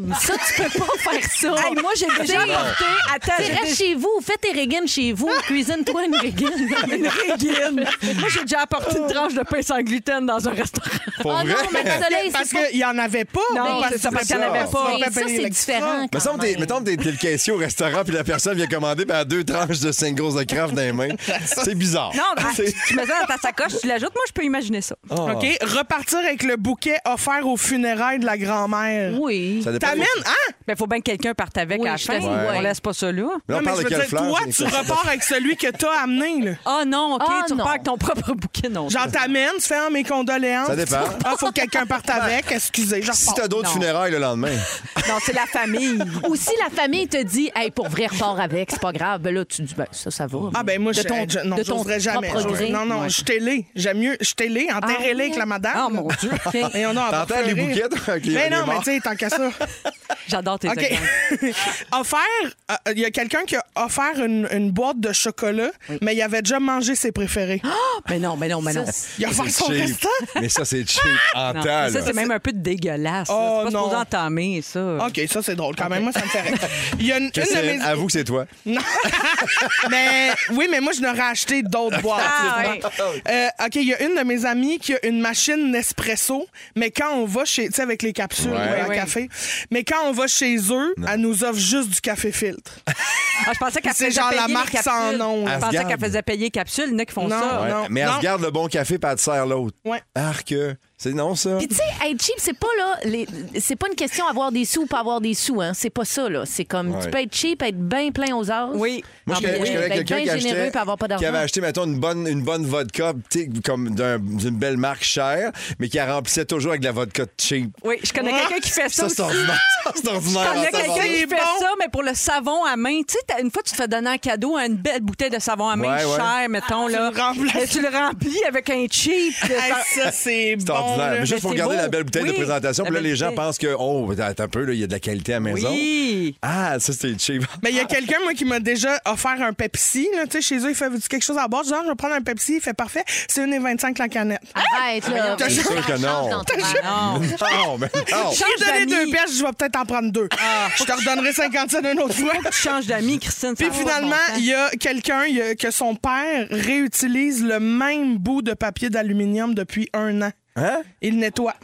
S11: possible. Ça, tu peux pas faire ça.
S2: Hey, moi, j'ai déjà
S11: T'sais,
S2: apporté- Attends,
S11: t'sais,
S2: j'ai
S11: reste
S2: déjà-
S11: chez vous. Fais tes régines chez vous. Cuisine-toi une régine.
S2: Une régine. Moi, j'ai déjà apporté une tranche de pain sans gluten dans un restaurant.
S10: Pour Ah non, vrai? mais le soleil,
S12: Parce
S10: c'est pas-
S12: qu'il n'y en avait pas.
S2: Non,
S12: Parce
S2: c'est ça,
S12: que
S2: parce qu'il y en avait pas.
S12: Mais ça, c'est différent.
S10: Mais semble t'es- mettons que t'es t'es le caissier au restaurant puis la personne vient commander ben, elle a deux tranches de singles de craft dans les mains. C'est bizarre.
S2: Non, ben, tu mets ça dans ta sacoche, tu l'ajoutes. Moi, je peux imaginer ça.
S10: Ah.
S12: OK, repartir avec le bouquet offert aux funérailles de la grand-mère.
S2: Oui.
S10: Ça dépend
S12: T'amènes,
S10: des-
S12: hein?
S2: Ben, faut bien que quelqu'un parte avec
S12: Oui,
S2: à la
S12: je
S2: fin.
S12: suis d'accord.
S2: On laisse pas ça là.
S10: Mais on
S12: Non, mais
S10: parle
S12: je
S10: de
S12: veux
S10: quelle
S12: dire,
S10: fleur,
S12: toi,
S10: c'est
S12: tu
S10: quoi?
S12: repars avec celui que t'as amené, là.
S2: Ah non, OK,
S12: Ah,
S2: tu repars avec ton propre bouquet, non.
S12: Genre, t'amènes, tu fais ah, mes condoléances.
S10: Ça dépend.
S12: Ah, faut que quelqu'un parte avec. Excusez, je
S10: Si
S12: repars.
S10: t'as d'autres
S12: Non.
S10: funérailles le lendemain.
S2: Non, c'est la famille.
S11: Ou si la famille te dit, hey, pour vrai, repars avec, c'est pas grave. Ben là, tu dis, ben ça, ça va.
S12: Ah ben moi,
S11: de
S12: je,
S11: ton,
S12: je- non,
S11: de ton
S12: j'oserais jamais.
S11: propre
S12: J'oserais-
S11: gré.
S12: Non, non,
S11: Ouais.
S12: je t'ai J'aime mieux, je t'ai Enterrez-les
S11: Ah,
S12: avec la madame.
S11: Ah, mon Dieu.
S12: Et on a
S10: T'entends les bouquets, toi, avec les-
S12: Mais
S10: les
S12: non, mais
S10: morts.
S12: tu sais, tant qu'à ça.
S2: J'adore tes
S12: OK.
S2: exemples.
S12: offert, euh, il y a quelqu'un qui a offert une, une boîte de chocolat, mais il avait déjà mangé ses
S11: Ah!
S12: préférés.
S2: Mais non, mais non, mais non.
S12: Il a offert son
S10: cheap.
S12: restant.
S10: Mais ça, c'est cheap
S12: Ah,
S10: en
S2: Non,
S10: temps.
S2: Ça,
S10: là.
S2: c'est même un peu dégueulasse. là.
S12: Oh,
S2: c'est pas
S12: non.
S2: supposé entamer, ça.
S12: OK, ça, c'est drôle quand même. Moi, ça me fait rire. Il y a une, une de
S10: Christine,
S12: mes...
S10: avoue que c'est toi.
S12: Non. mais oui, mais moi, je n'aurais acheté d'autres boîtes.
S2: Ah,
S12: tu vois.
S10: oui.
S12: Euh, OK, il y a une de mes amies qui a une machine Nespresso, mais quand on va chez. Tu sais, avec les capsules
S10: Ouais.
S12: ouais, à
S10: Oui.
S12: café. Mais quand on va chez eux, elle nous offre juste du café filtre.
S2: Ah, je pensais qu'elle
S12: C'est
S2: faisait
S12: genre la
S2: payer les
S12: marque sans
S2: capsules.
S12: nom, là.
S2: Je
S10: Elle se
S2: pensais
S10: garde.
S2: qu'elle faisait payer capsule. Il y en a qui font
S12: Non.
S2: ça.
S10: Ouais,
S12: non,
S10: mais elle
S12: non.
S10: se garde le bon café puis elle te sert l'autre.
S12: Ouais.
S10: Arc. C'est non, ça?
S11: Puis tu sais, être cheap, c'est pas là, les- c'est pas une question avoir des sous ou pas avoir des sous, hein. C'est pas ça là. C'est comme
S10: Ouais.
S11: tu peux être cheap, être bien plein aux os.
S2: Oui.
S10: Moi,
S11: Ah,
S10: je connais,
S11: mais
S10: je
S11: oui,
S10: connais
S11: d'être
S10: quelqu'un
S11: bien
S3: ben,
S10: qui,
S11: généreux
S10: achetait-
S11: puis avoir pas
S10: qui avait
S11: d'argent.
S10: acheté, mettons, une bonne, une bonne vodka, tu sais, comme d'un- d'une belle marque chère, mais qui la remplissait toujours avec de la vodka cheap.
S2: Oui, je connais quelqu'un qui fait ça.
S10: Ça,
S2: aussi.
S10: c'est ordinaire. Ça, c'est ordinaire.
S2: Je connais
S10: ça,
S2: quelqu'un
S10: ça.
S2: qui fait ça, mais pour le savon à main. Tu sais, t'as- une fois, tu te fais donner en cadeau une belle bouteille de savon à main
S10: Ouais, ouais.
S2: chère, mettons.
S12: Ah, Tu
S2: là.
S12: le remplis.
S2: Mais tu le remplis avec un cheap. de-
S12: Hey, ça, c'est
S10: C'est
S12: bon. là.
S10: ordinaire. mais juste
S2: mais
S10: pour
S2: c'est
S10: garder
S2: beau.
S10: la belle bouteille de
S2: Oui,
S10: présentation.
S2: la
S10: Puis là,
S2: belle
S10: les gens
S2: bouteille.
S10: pensent que, oh, attends un peu, là, il y a de la qualité à la maison.
S2: Oui.
S10: Ah, ça, c'était cheap.
S12: Mais il y a quelqu'un, moi, qui m'a déjà offert un Pepsi. Là, Tu sais, chez eux, il fait Veux-tu quelque chose à boire. Je dis, Ah, je vais prendre un Pepsi. Il fait parfait. C'est 1,25 la canette.
S11: Arrête là.
S10: C'est sûr que non.
S11: Ah, non.
S10: Non, mais non.
S2: Oh.
S12: Je lui ai donné deux pièces, je vais peut-être en prendre deux.
S11: Ah.
S12: je te redonnerai 50 cents une autre fois.
S2: Tu changes d'amis, Christine. ça
S12: Puis
S2: n'a pas de
S12: finalement,
S2: bon
S12: il y a quelqu'un il y a- que son père réutilise le même bout de papier d'aluminium depuis un an.
S10: Hein?
S12: Il nettoie.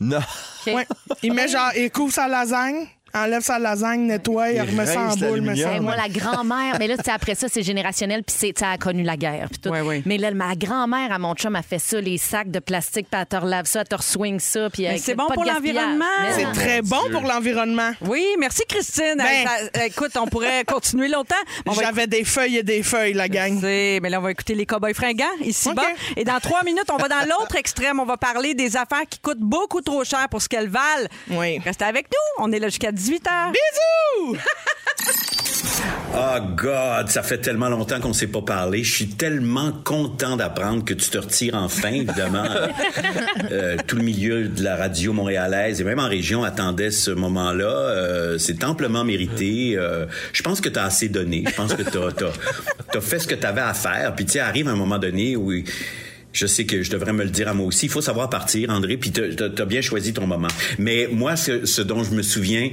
S10: Non.
S12: Ouais. Il met genre, il couvre sa lasagne. enlève sa lasagne, nettoie, elle remet ça en boule. mais ça-
S11: Eh, moi, la grand-mère, mais là, tu sais, après ça, c'est générationnel, puis c'est- ça a connu la guerre. puis tout. Mais là, ma grand-mère à mon chum a fait ça, les sacs de plastique, puis elle te relave ça, elle te swing ça. puis
S2: Mais
S11: avec-
S2: c'est bon
S11: pas de
S2: pour
S11: gaspillage.
S2: l'environnement.
S11: Mais non.
S12: C'est très bon pour l'environnement. Ben.
S2: Oui, merci Christine. Hey, ça- euh, écoute, on pourrait continuer longtemps.
S12: J'avais des feuilles et des feuilles, la gang.
S2: mais là, on va écouter les cowboys fringants ici-bas. Et dans trois minutes, on va dans l'autre extrême. On va parler des affaires qui coûtent beaucoup trop cher pour ce qu'elles valent.
S12: Oui.
S2: Restez avec nous. On est là jusqu'à 18 h.
S12: Bisous!
S13: Oh God, ça fait tellement longtemps qu'on s'est pas parlé. Je suis tellement content d'apprendre que tu te retires enfin, évidemment. Euh, tout le milieu de la radio montréalaise et même en région attendait ce moment-là. Euh, c'est amplement mérité. Euh, je pense que tu as assez donné. Je pense que tu as, fait ce que tu avais à faire. Puis tu sais, arrive un moment donné où... Je sais que je devrais me le dire à moi aussi. Il faut savoir partir, André, puis tu as bien choisi ton moment. Mais moi, ce, ce dont je me souviens,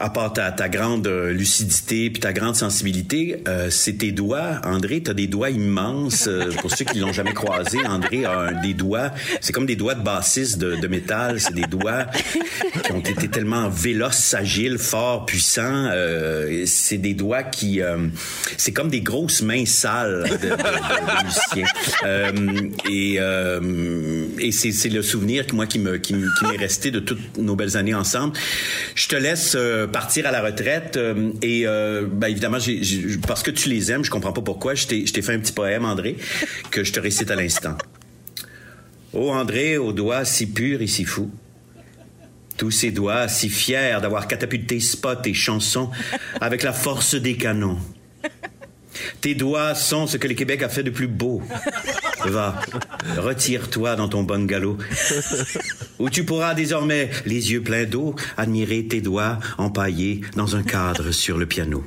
S13: à part ta, ta grande euh, lucidité puis ta grande sensibilité, euh, c'est tes doigts. André, t'as des doigts immenses. Euh, pour ceux qui l'ont jamais croisé, André a un- des doigts. C'est comme des doigts de bassiste de, de métal. C'est des doigts qui ont été tellement véloces, agiles, forts, puissants. Euh, c'est des doigts qui, euh, c'est comme des grosses mains sales de, de- de- de musicien. Euh, et euh, et c'est, c'est le souvenir que moi qui me qui, me- qui m'est resté de toutes nos belles années ensemble. Je te laisse euh, partir à la retraite euh, et euh, ben, évidemment j'ai- j'ai- parce que tu les aimes, je comprends pas pourquoi. Je t'ai, je t'ai fait un petit poème, André, que je te récite à l'instant. Ô André, aux doigts si purs et si fous. Tous ses doigts si fiers d'avoir catapulté spots et chansons avec la force des canons. Tes doigts sont ce que le Québec a fait de plus beau. Va, retire-toi dans ton bon galop, où tu pourras désormais, les yeux pleins d'eau, admirer tes doigts empaillés dans un cadre sur le piano.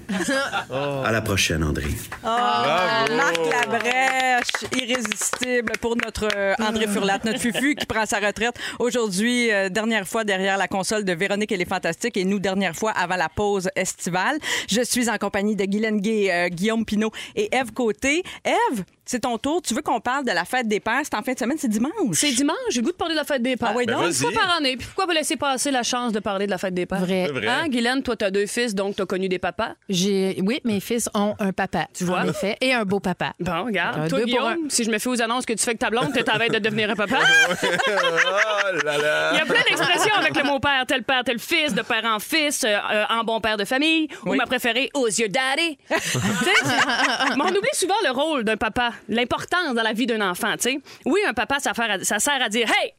S13: À la prochaine, André.
S2: Oh, Marc Labrèche, irrésistible pour notre euh, André Furlat, notre Fufu qui prend sa retraite aujourd'hui, euh, dernière fois derrière la console de Véronique et les Fantastiques et nous, dernière fois avant la pause estivale. Je suis en compagnie de Guylaine Gay, euh, Guillaume Pinault et Eve Côté. Eve, c'est ton tour. Tu veux qu'on parle de la fête des pères? C'est en fin de semaine, c'est dimanche.
S14: C'est dimanche, j'ai le goût de parler de la fête des pères.
S2: Ah oui,
S14: Ben
S2: donc?
S14: une fois par année. Puis pourquoi vous laisser passer la chance de parler de la fête des pères? Vrai.
S11: C'est vrai.
S14: Hein, Guylaine, toi, t'as deux fils, donc t'as connu des papas.
S11: J'ai... Oui, mes fils ont un papa. Tu
S14: vois?
S11: En effet, et un beau papa.
S14: Bon, regarde.
S11: Un
S14: toi,
S11: deux pour
S14: Guillaume, si je me fais aux annonces que tu fais avec ta blonde, t'es à veille de devenir un papa.
S6: oh là là.
S14: Il y a plein d'expressions avec le mot père, tel père, tel fils, de père en fils, euh, euh, en bon père de famille, ou ma préférée, aux yeux daddy. Tu sais, c'est- Mais on oublie souvent le rôle d'un papa, l'importance dans la vie d'un enfant, tu sais. Oui, un papa, ça, faire à- ça sert à dire Hey!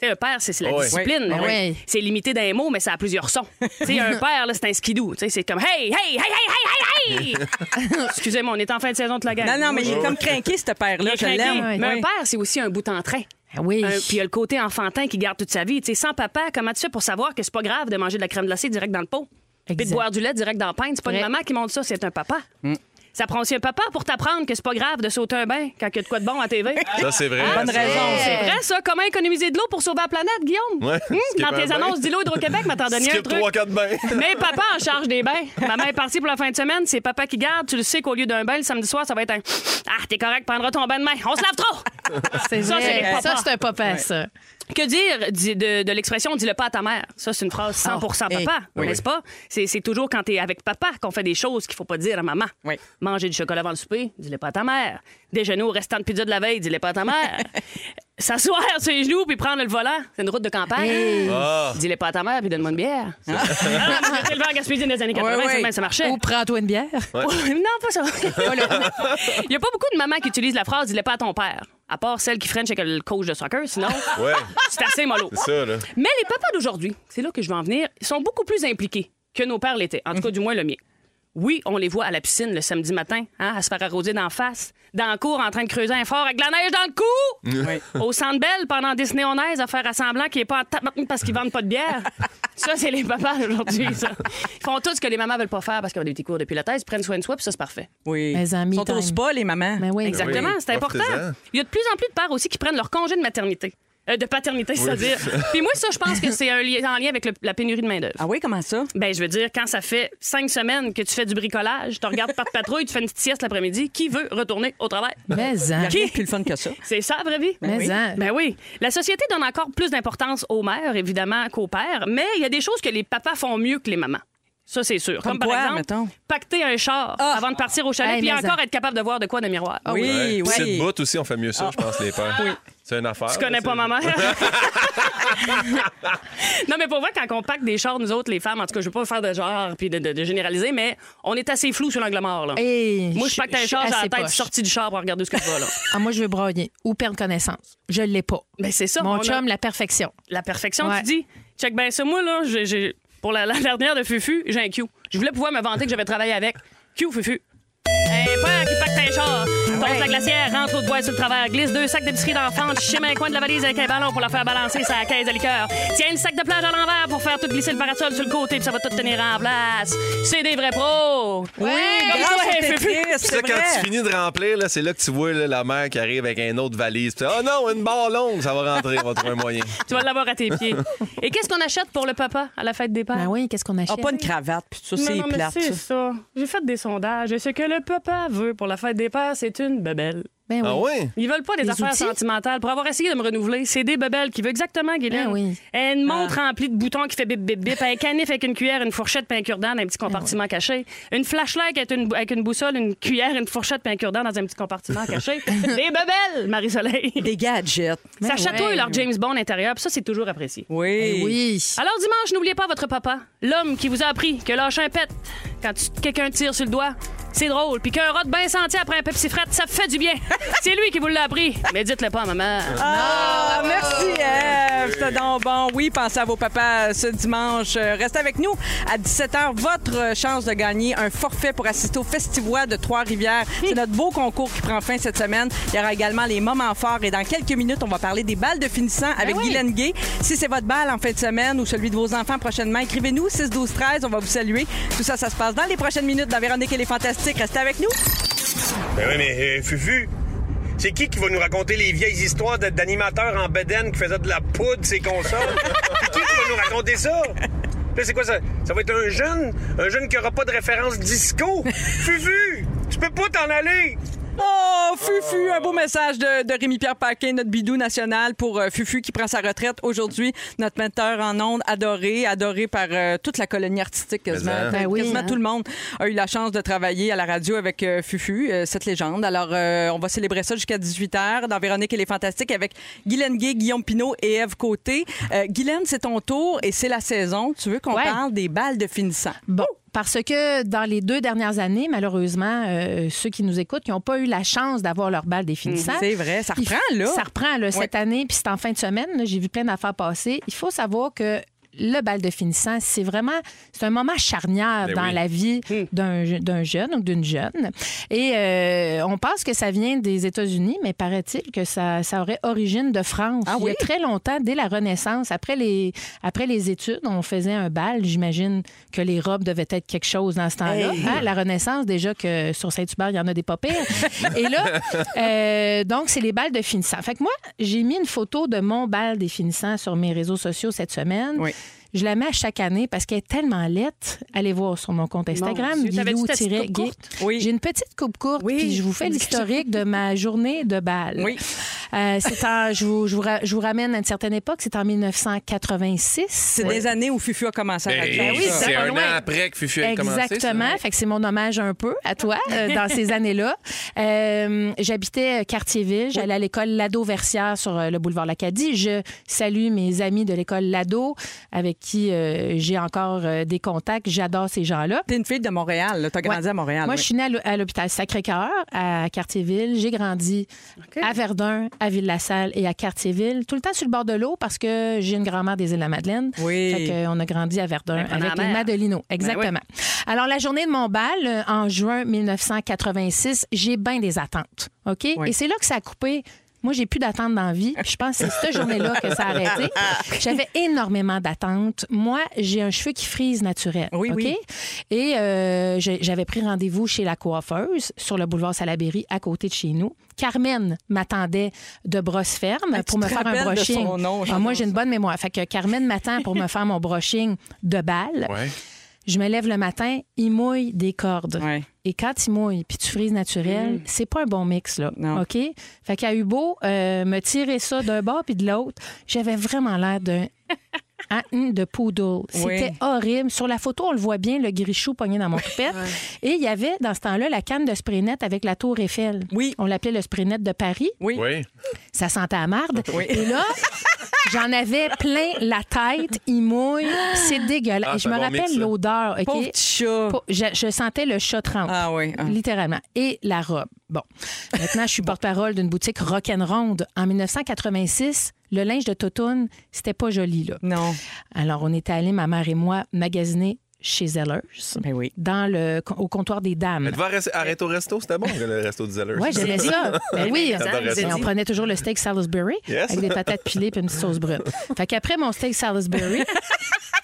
S14: Tu sais, un père, c'est c'est la
S11: Ah Ouais.
S14: discipline.
S11: Oui. Ouais.
S14: C'est limité d'un mot, mais ça a plusieurs sons. Tu sais, un père, là, c'est un skidou. Tu sais, C'est comme Hey, hey, hey, hey, hey, hey, hey! Excusez-moi, on est en fin de saison de la guerre.
S2: Non, non, mais il est comme craqué, ce père-là.
S14: Il est
S2: Je
S14: craqué.
S2: l'aime.
S14: Mais
S2: Oui.
S14: un père, c'est aussi un bout en train.
S11: Ah Oui.
S14: puis il y a le côté enfantin qui garde toute sa vie. Tu sais, sans papa, comment tu fais pour savoir que c'est pas grave de manger de la crème glacée direct dans le pot? Puis de
S11: Exact.
S14: boire du lait direct dans la pinte. C'est pas une
S11: Vrai.
S14: maman qui montre ça, c'est un papa.
S11: Mm.
S14: Ça prend aussi un papa pour t'apprendre que c'est pas grave de sauter un bain quand il y a de quoi de bon à TV.
S6: Ça, c'est vrai,
S14: Bonne
S6: ça.
S14: raison.
S6: Ouais.
S14: C'est vrai, ça. Comment économiser de l'eau pour sauver la planète, Guillaume?
S6: Ouais,
S14: Hum,
S6: skip
S14: dans
S6: un
S14: tes
S6: bain.
S14: annonces d'îlot Hydro-Québec, m'a t'en donné un
S6: Skip
S14: truc.
S6: trois, quatre bains.
S14: Mais papa en charge des bains. Maman est partie pour la fin de semaine. C'est papa qui garde. Tu le sais qu'au lieu d'un bain, le samedi soir, ça va être un Ah, t'es correct, prendras ton bain demain. On se lave trop!
S11: C'est
S14: ça,
S11: vrai.
S14: c'est les papas.
S11: Ça, c'est un papa,
S14: Ouais.
S11: ça.
S14: Que dire du- de, de l'expression dis-le pas à ta mère? Ça, c'est une phrase 100 papa,
S11: Ah, hey. Oui,
S14: n'est-ce
S11: oui.
S14: pas? C'est, c'est toujours quand t'es avec papa qu'on fait des choses qu'il faut pas dire à maman. Manger du chocolat avant le souper, dis-le pas à ta mère. Déjeuner au restant de pizza de la veille, dis-le pas à ta mère. S'asseoir sur les genoux puis prendre le volant, c'est une route de campagne.
S11: Hey. Ah.
S14: Dis-le pas à ta mère puis donne-moi une bière. Ah, non, j'ai le verre gaspillé des années 80,
S11: Ouais, ouais.
S14: c'est même, ça marchait.
S11: Ou prends-toi une bière.
S14: Ouais, non, pas ça. Il n'y a pas beaucoup de mamans qui utilisent la phrase dis-le pas à ton père. À part celle qui freine avec le coach de soccer, sinon,
S6: Ouais.
S14: c'est assez mollo.
S6: C'est ça, là.
S14: Mais les papas d'aujourd'hui, c'est là que je veux en venir, sont beaucoup plus impliqués que nos pères l'étaient. En tout cas, du moins le mien. Oui, on les voit à la piscine le samedi matin, hein, à se faire arroser d'en face, dans la cour en train de creuser un fort avec de la neige dans le cou. Au centre belle pendant des néonaises à faire à semblant qu'il n'est pas en tabarnak parce qu'ils vendent pas de bière. Ça, c'est les papas d'aujourd'hui, ça. Ils font tout ce que les mamans veulent pas faire parce qu'ils ont des petits cours depuis la thèse, prennent soin de soi, puis ça, c'est parfait.
S2: Oui.
S11: Mes amis,
S2: Ils sont au
S11: time. Ben
S2: spa, les mamans.
S14: Exactement,
S2: Ben Oui.
S14: c'est important.
S2: Profitez-en.
S14: Il y a de plus en plus de pères aussi qui prennent leur congé de maternité. Euh, de paternité,
S2: Oui.
S14: c'est-à-dire. Puis moi, ça, je pense que c'est un li- en lien avec le- la pénurie de main-d'œuvre. Ah
S2: oui, comment ça?
S14: Ben, je veux dire, quand ça fait cinq semaines que tu fais du bricolage, tu regardes par de patrouille, tu fais une petite sieste l'après-midi, qui veut retourner au travail?
S11: Mais
S14: Qui?
S11: hein.
S2: plus le fun que ça.
S14: C'est ça, la vraie vie?
S11: Mais Oui. hein.
S14: Ben oui. La société donne encore plus d'importance aux mères, évidemment, qu'aux pères, mais il y a des choses que les papas font mieux que les mamans. Ça, c'est sûr.
S2: Comme
S14: Comme,
S2: quoi,
S14: par exemple,
S2: mettons? Ah.
S14: pacter un char avant de partir au chalet,
S2: Hey,
S14: puis
S2: mais
S14: encore
S2: hein.
S14: être capable de voir de quoi dans le miroir.
S2: Ah
S6: Ah Ouais. Puis Cette botte aussi, on fait mieux ça, je pense, les pères.
S14: Ah. Oui.
S6: C'est une affaire.
S14: Tu connais
S6: là,
S14: pas
S6: c'est-
S14: ma mère? non, mais pour vrai, quand on pacte des chars, nous autres, les femmes, en tout cas, je veux pas faire de genre puis de, de- de généraliser, mais on est assez flou sur l'angle mort. Là.
S3: Hey,
S14: Moi, je
S3: je-
S14: pacte
S3: je
S14: un
S3: suis
S14: char, j'ai la
S3: assez
S14: tête
S3: poche.
S14: sortie du char pour regarder ce que je vois. Là.
S3: Ah, moi, je veux broyer ou perdre connaissance. Je l'ai pas.
S14: Mais c'est ça.
S3: Mon
S14: on a-
S3: chum, la perfection.
S14: La perfection,
S3: Ouais.
S14: tu dis. Check ben ça, moi, là, j'ai- j'ai- pour la, la dernière de Fufu, j'ai un Q. Je voulais pouvoir me vanter que j'avais travaillé avec. Q, Fufu. Un père qui pacte un char, tombe la glacière, rentre au bois sur le travers, glisse deux sacs d'épicerie d'enfant, chime un coin de la valise avec un ballon pour la faire balancer sa caisse de liqueur. Tiens le sac de plage à l'envers pour faire tout glisser le parasol sur le côté, puis ça va tout tenir en place. C'est des vrais pros! Oui,
S6: Puis là, quand tu finis de remplir, là, c'est là que tu vois là, la mère qui arrive avec un autre valise. Puis, Ah non, une barre longue, ça va rentrer, on va trouver un moyen.
S14: Tu vas l'avoir à tes pieds. Et qu'est-ce qu'on achète pour le papa à la fête des pères? Ah
S3: Ben oui, qu'est-ce qu'on achète?
S2: Ah, pas une cravate, puis tout ça,
S14: Non,
S2: c'est
S14: non, mais
S2: plate.
S14: C'est
S2: ça.
S14: ça. J'ai fait des sondages. Et ce que le papa veut pour la fête des pères, c'est une bebelle.
S3: Ben oui. Ah oui?
S14: Ils veulent pas des,
S3: Des
S14: affaires
S3: outils?
S14: sentimentales. Pour avoir essayé de me renouveler, c'est des bebelles qui veut exactement, Guylaine. Une montre remplie de boutons qui fait bip, bip, bip. Un canif avec une cuillère, une fourchette, puis un cure-dent dans un petit compartiment caché. Une flashlight avec une, avec une boussole, une cuillère, une fourchette, puis un cure-dent dans un petit compartiment caché. des bebelles, Marie-Soleil.
S2: Des gadgets.
S14: Ça
S2: Ben
S14: chatouille
S2: ouais.
S14: leur James Bond intérieur, puis ça, c'est toujours apprécié.
S2: Oui.
S14: Alors dimanche, n'oubliez pas votre papa, l'homme qui vous a appris que lâcher un pet quand tu- quelqu'un tire sur le doigt, c'est drôle, puis qu'un rot bien senti après un Pepsi frette, ça fait du bien. c'est lui qui vous l'a appris. Mais dites-le pas à maman.
S2: Ah, merci, Ève. C'était donc bon. Oui, pensez à vos papas ce dimanche. Euh, Restez avec nous. À 17h, votre euh, chance de gagner un forfait pour assister au Festivois de Trois-Rivières. C'est notre beau concours qui prend fin cette semaine. Il y aura également les moments forts. Et dans quelques minutes, on va parler des balles de finissant avec Guylaine Gay. Si c'est votre balle en fin de semaine ou celui de vos enfants prochainement, écrivez-nous 6 12 13 On va vous saluer. Tout ça, ça se passe dans les prochaines minutes dans Véronique et les Fantastiques. Restez avec nous.
S15: Ben oui, mais euh, Fufu, c'est qui qui va nous raconter les vieilles histoires de- d'animateurs en bedaine qui faisaient de la poudre ces consoles? C'est qui qui va nous raconter ça? Là, c'est quoi ça? Ça va être un jeune? Un jeune qui aura pas de référence disco? Fufu, tu peux pas t'en aller!
S2: Oh, Fufu, un beau message de, de Rémi-Pierre Paquin, notre bidou national pour euh, Fufu qui prend sa retraite aujourd'hui. Notre metteur en ondes adoré, adoré par euh, toute la colonie artistique quasiment.
S11: Mais, hein. Ben oui,
S2: quasiment
S11: hein.
S2: tout le monde a eu la chance de travailler à la radio avec euh, Fufu, euh, cette légende. Alors, euh, on va célébrer ça jusqu'à 18h dans Véronique et les Fantastiques avec Guylaine Gay, Guillaume Pinot et Eve Côté. Euh, Guylaine, c'est ton tour et c'est la saison. Tu veux qu'on
S3: Ouais.
S2: parle des balles de finissant?
S3: Bon, parce que dans les deux dernières années, malheureusement, euh, ceux qui nous écoutent, qui n'ont pas eu la chance d'avoir leur balle définissante.
S2: Mhm. C'est vrai, ça
S3: il f-
S2: reprend, là.
S3: Ça reprend, là, cette année, puis c'est en fin de semaine. là, J'ai vu plein d'affaires passer. Il faut savoir que le bal de finissant, c'est vraiment c'est un moment charnière
S11: Ben
S3: dans
S11: oui.
S3: la vie d'un je- d'un jeune ou d'une jeune. Et euh, on pense que ça vient des États-Unis, mais paraît-il que ça, ça aurait origine de France.
S11: Ah
S3: Il y a
S11: oui?
S3: très longtemps, dès la Renaissance, après les, après les études, on faisait un bal. J'imagine que les robes devaient être quelque chose dans ce temps-là.
S11: Hey.
S3: Hein, La Renaissance, déjà que sur Saint-Hubert, il y en a des pas pires. Et là, euh, donc, c'est les balles de finissant. Fait que moi, j'ai mis une photo de mon bal des finissants sur mes réseaux sociaux cette semaine. Je la mets à chaque année parce qu'elle est tellement laite. Allez voir sur mon compte Instagram,
S11: Dieu, t'avais-tu ta petite
S3: Guilou-Gay.
S11: coupe courte?
S3: J'ai une petite coupe courte, puis je vous fais
S11: Dis-
S3: l'historique de ma journée de bal.
S11: Oui.
S3: Euh, c'est en- je, vous, je vous ra- je vous ramène à une certaine époque, c'est en 1986.
S2: C'est des années où Fufu a commencé à
S6: Ben,
S2: radio.
S6: oui, c'est C'est pas un loin. an après que Fufu a commencé, ça.
S3: Exactement. Fait que c'est mon hommage un peu à toi euh, dans ces années-là. Euh, J'habitais Cartierville. J'allais à l'école Lado-Versière sur euh, le boulevard Lacadie. Je salue mes amis de l'école Lado avec qui euh, j'ai encore euh, des contacts. J'adore ces gens-là.
S2: T'es une fille de Montréal. là. T'as grandi
S3: Ouais.
S2: à Montréal.
S3: Moi,
S2: oui.
S3: je suis née à l'hô- à l'hôpital Sacré-Cœur, à Cartierville. J'ai grandi à Verdun, à Ville-la-Salle et à Cartierville. Tout le temps sur le bord de l'eau parce que j'ai une grand-mère des Îles-de-la-Madeleine.
S2: Oui.
S3: Fait que, euh, on a grandi à Verdun
S11: Ben, prenons
S3: avec
S11: la
S3: les
S11: mer.
S3: Madelino. Exactement. Alors, la journée de mon bal, euh, en juin 1986, j'ai bien des attentes. OK? Et c'est là que ça a coupé Moi, j'ai plus d'attente dans la vie. Puis je pense que c'est cette journée-là que ça a arrêté. J'avais énormément d'attentes. Moi, j'ai un cheveu qui frise naturel.
S2: Oui,
S3: OK?
S2: oui.
S3: Et euh, j'ai- j'avais pris rendez-vous chez la coiffeuse sur le boulevard Salaberry, à côté de chez nous. Carmen m'attendait de brosse ferme
S2: Ah, tu
S3: pour me
S2: te
S3: faire un
S2: rappelles de
S3: brushing.
S2: son nom,
S3: Ah,
S2: j'adore
S3: moi, j'ai une bonne mémoire. Fait que Carmen m'attend pour me faire mon brushing de balle. Je me lève le matin, il mouille des cordes. Et quand il mouille, puis tu frises naturel, c'est pas un bon mix, là. OK? Fait qu'à Hubo, euh, me tirer ça d'un bord puis de l'autre, j'avais vraiment l'air d'un à une de poodle. C'était
S11: Oui.
S3: horrible. Sur la photo, on le voit bien, le grichou pogné dans mon toupette. Et il y avait, dans ce temps-là, la canne de spray net avec la tour Eiffel. Oui. On l'appelait le spray net de Paris.
S6: Oui.
S3: Ça sentait à marde. Et là, j'en avais plein la tête, il mouille, c'est dégueulasse.
S11: Ah,
S3: Et je
S11: c'est
S3: me
S11: un bon
S3: rappelle
S11: mix, ça.
S3: l'odeur. ok?
S11: Pauvre petit Ah
S2: Pau-
S3: Je, je sentais le chat trempe.
S11: hein.
S3: Littéralement. Et la robe. Bon. Maintenant, je suis porte-parole d'une boutique rock'n'ronde. En 1986, le linge de Totoun, c'était pas joli, là.
S2: Non.
S3: Alors, on était allés, ma mère et moi, magasiner chez Zellers.
S11: Ben
S3: Dans le, au comptoir des dames.
S6: Elle devait arrêter- arrêter au resto, c'était bon, le resto du Zeller.
S3: Oui, j'aimais ça. Ben oui,
S6: T'adorais
S3: Et
S6: ça.
S3: on prenait toujours le steak Salisbury
S6: Yes.
S3: avec des patates pilées et une petite sauce brune. Fait qu'après mon steak Salisbury,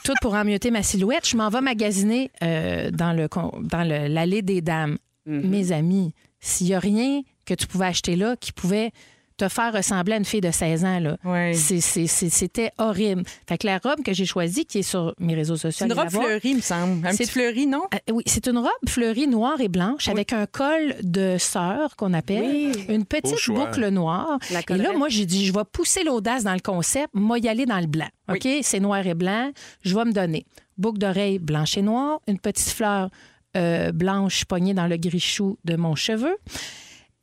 S3: tout pour emmieuter ma silhouette, je m'en vais magasiner euh, dans le con- dans le- l'allée des dames.
S2: Mm-hmm.
S3: Mes amis, s'il n'y a rien que tu pouvais acheter là qui pouvait te faire ressembler à une fille de 16 ans, là. C'est- c'est- c'est- c'était horrible. Fait que la robe que j'ai choisie, qui est sur mes réseaux sociaux,
S2: C'est une
S3: allez la
S2: robe
S3: voir.
S2: fleurie, il me semble. Un
S3: C'est-
S2: petit fleuri, non?
S3: Euh, oui, c'est une robe fleurie noire et blanche avec un col de sœur qu'on appelle, une
S2: Beau
S3: petite
S2: choix.
S3: boucle noire.
S2: La
S3: et là,
S2: collerette.
S3: moi, j'ai dit, je vais pousser l'audace dans le concept, moi y aller dans le blanc. OK? C'est noir et blanc, je vais me donner. Boucle d'oreille blanche et noire, une petite fleur euh, blanche poignée dans le grichou de mon cheveu.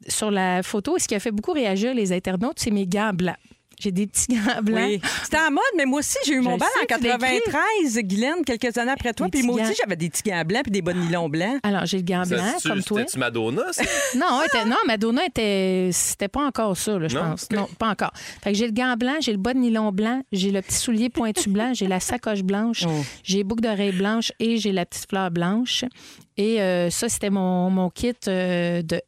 S3: Sur la photo, ce qui a fait beaucoup réagir les internautes, c'est mes gants blancs. J'ai des petits gants blancs.
S2: Oui. C'était en mode, mais moi aussi, j'ai eu
S3: Je
S2: mon
S3: le
S2: bal
S3: sais,
S2: en
S3: tu l'as écrit.
S2: 93, Guylaine, quelques années après toi.
S3: Des
S2: Puis
S3: petits
S2: moi aussi,
S3: gants.
S2: j'avais des petits gants blancs puis des bonnets nylon blancs.
S3: Alors, j'ai le gant blanc,
S6: Ça, c'est-tu-
S3: comme toi.
S6: C'était-tu Madonna, ça?
S3: Non, elle était- non, Madonna était. C'était pas encore ça, là, je
S6: Non,
S3: pense. Non, pas encore. Fait que j'ai le gant blanc, j'ai le bas de nylon blanc, j'ai le petit soulier pointu blanc, j'ai la sacoche blanche, j'ai les boucles d'oreilles blanches et j'ai la petite fleur blanche. Et euh, ça, c'était mon, mon kit euh, de.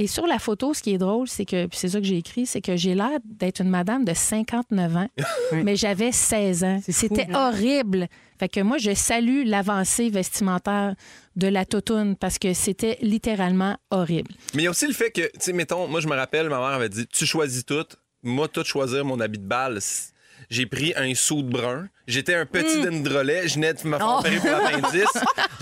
S3: Et sur la photo, ce qui est drôle, c'est que, puis c'est ça que j'ai écrit, c'est que j'ai l'air d'être une madame de 59 ans, mais j'avais 16 ans. C'était
S11: hein?
S3: horrible. Fait que moi, je salue l'avancée vestimentaire de la totoune parce que c'était littéralement horrible.
S6: Mais il y a aussi le fait que, tu sais, mettons, moi, je me rappelle, ma mère avait dit Tu choisis tout, moi, tout choisir mon habit de balle. C- J'ai pris un sou de brun. J'étais un petit
S3: Hmm.
S2: Mm.
S6: dendrolet. Je venais de me faire
S2: Oh.
S6: opérer pour l'appendice.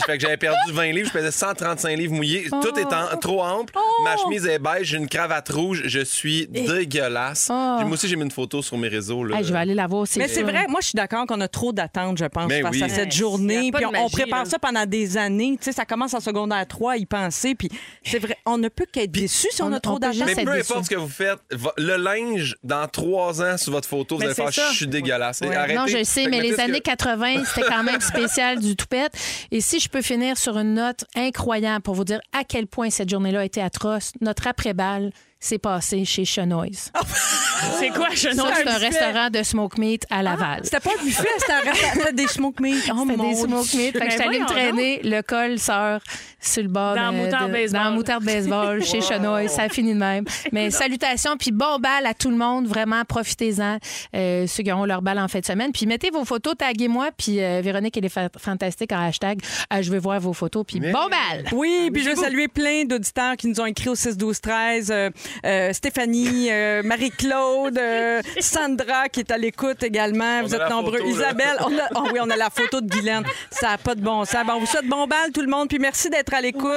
S6: fait que j'avais perdu 20 livres. Je pesais 135 livres mouillés.
S3: Oh.
S6: Tout étant trop ample. Ma chemise est beige. J'ai une cravate rouge. Je suis dégueulasse.
S2: Oh.
S6: Puis Moi aussi, j'ai mis une photo sur mes réseaux. Là.
S3: Hey, je vais aller la voir.
S2: Mais
S3: sûr.
S2: c'est vrai, moi, je suis d'accord qu'on a trop d'attentes, je pense,
S6: Ben
S2: face
S6: oui.
S2: à cette
S6: Ouais,
S2: journée.
S6: y a pas
S2: Puis
S6: de
S2: on, on
S6: magie,
S2: prépare
S6: là.
S2: ça pendant des années. Tu sais, ça commence en secondaire 3, y penser. Puis c'est vrai, on ne peut qu'être déçu si on, a trop d'attentes.
S6: Mais peu importe ce que vous faites, va- le linge, dans trois ans, sur votre photo, vous
S2: Mais
S6: allez
S2: c'est
S6: faire
S2: ça.
S6: Je suis dégueulasse. Et
S3: Ouais.
S6: arrêtez.
S3: Non, je le sais,
S6: Fait que
S3: mais
S6: mettez
S3: les
S6: ce que-
S3: années 80, c'était quand même spécial du toupette. Et si je peux finir sur une note incroyable pour vous dire à quel point cette journée-là a été atroce, notre après-balle s'est passée chez Chenoise.
S14: C'est quoi, Chenoise?
S3: Ça, C'est
S14: Un
S3: un
S14: buffet.
S3: restaurant de smoke meat à Laval.
S2: Ah, C'était pas un buffet, c'était un restaurant. C'était des smoke meat. Oh,
S3: C'était
S2: mon
S3: des smoke meat. Fait que
S2: Dieu.
S3: j'étais allée me traîner le col sœur sur le bord
S2: Dans
S3: de-
S2: Moutarde
S3: de-
S2: Baseball.
S3: dans Moutarde Baseball chez Chenoy. Ça a fini de même. Mais salutations puis bon bal à tout le monde. Vraiment, profitez-en. euh, ceux qui auront leur bal en fin de semaine. Puis mettez vos photos, taguez-moi. Puis euh, Véronique, elle est fa- fantastique en hashtag. Euh, je veux voir vos photos. Puis bon bal!
S9: Ah,
S2: Oui, puis je veux
S3: beaucoup.
S2: saluer plein d'auditeurs qui nous ont écrit au 6-12-13. Euh, euh, Stéphanie, euh, Marie-Claude, euh, Sandra qui est à l'écoute également.
S9: On
S2: vous
S9: a la
S2: êtes nombreux.
S9: photo, là.
S2: Isabelle, on a, oh oui, on a la photo de Guylaine. Ça n'a pas de bon sens. Bon, on vous souhaite bon bal tout le monde, puis merci d'être à l'écoute.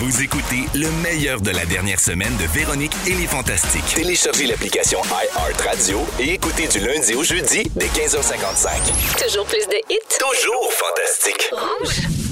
S1: Vous écoutez le meilleur de la dernière semaine de Véronique et les Fantastiques. Téléchargez l'application iHeartRadio et écoutez du lundi au jeudi dès 15h55.
S16: Toujours plus de hits.
S1: Toujours fantastique.
S16: Rouge.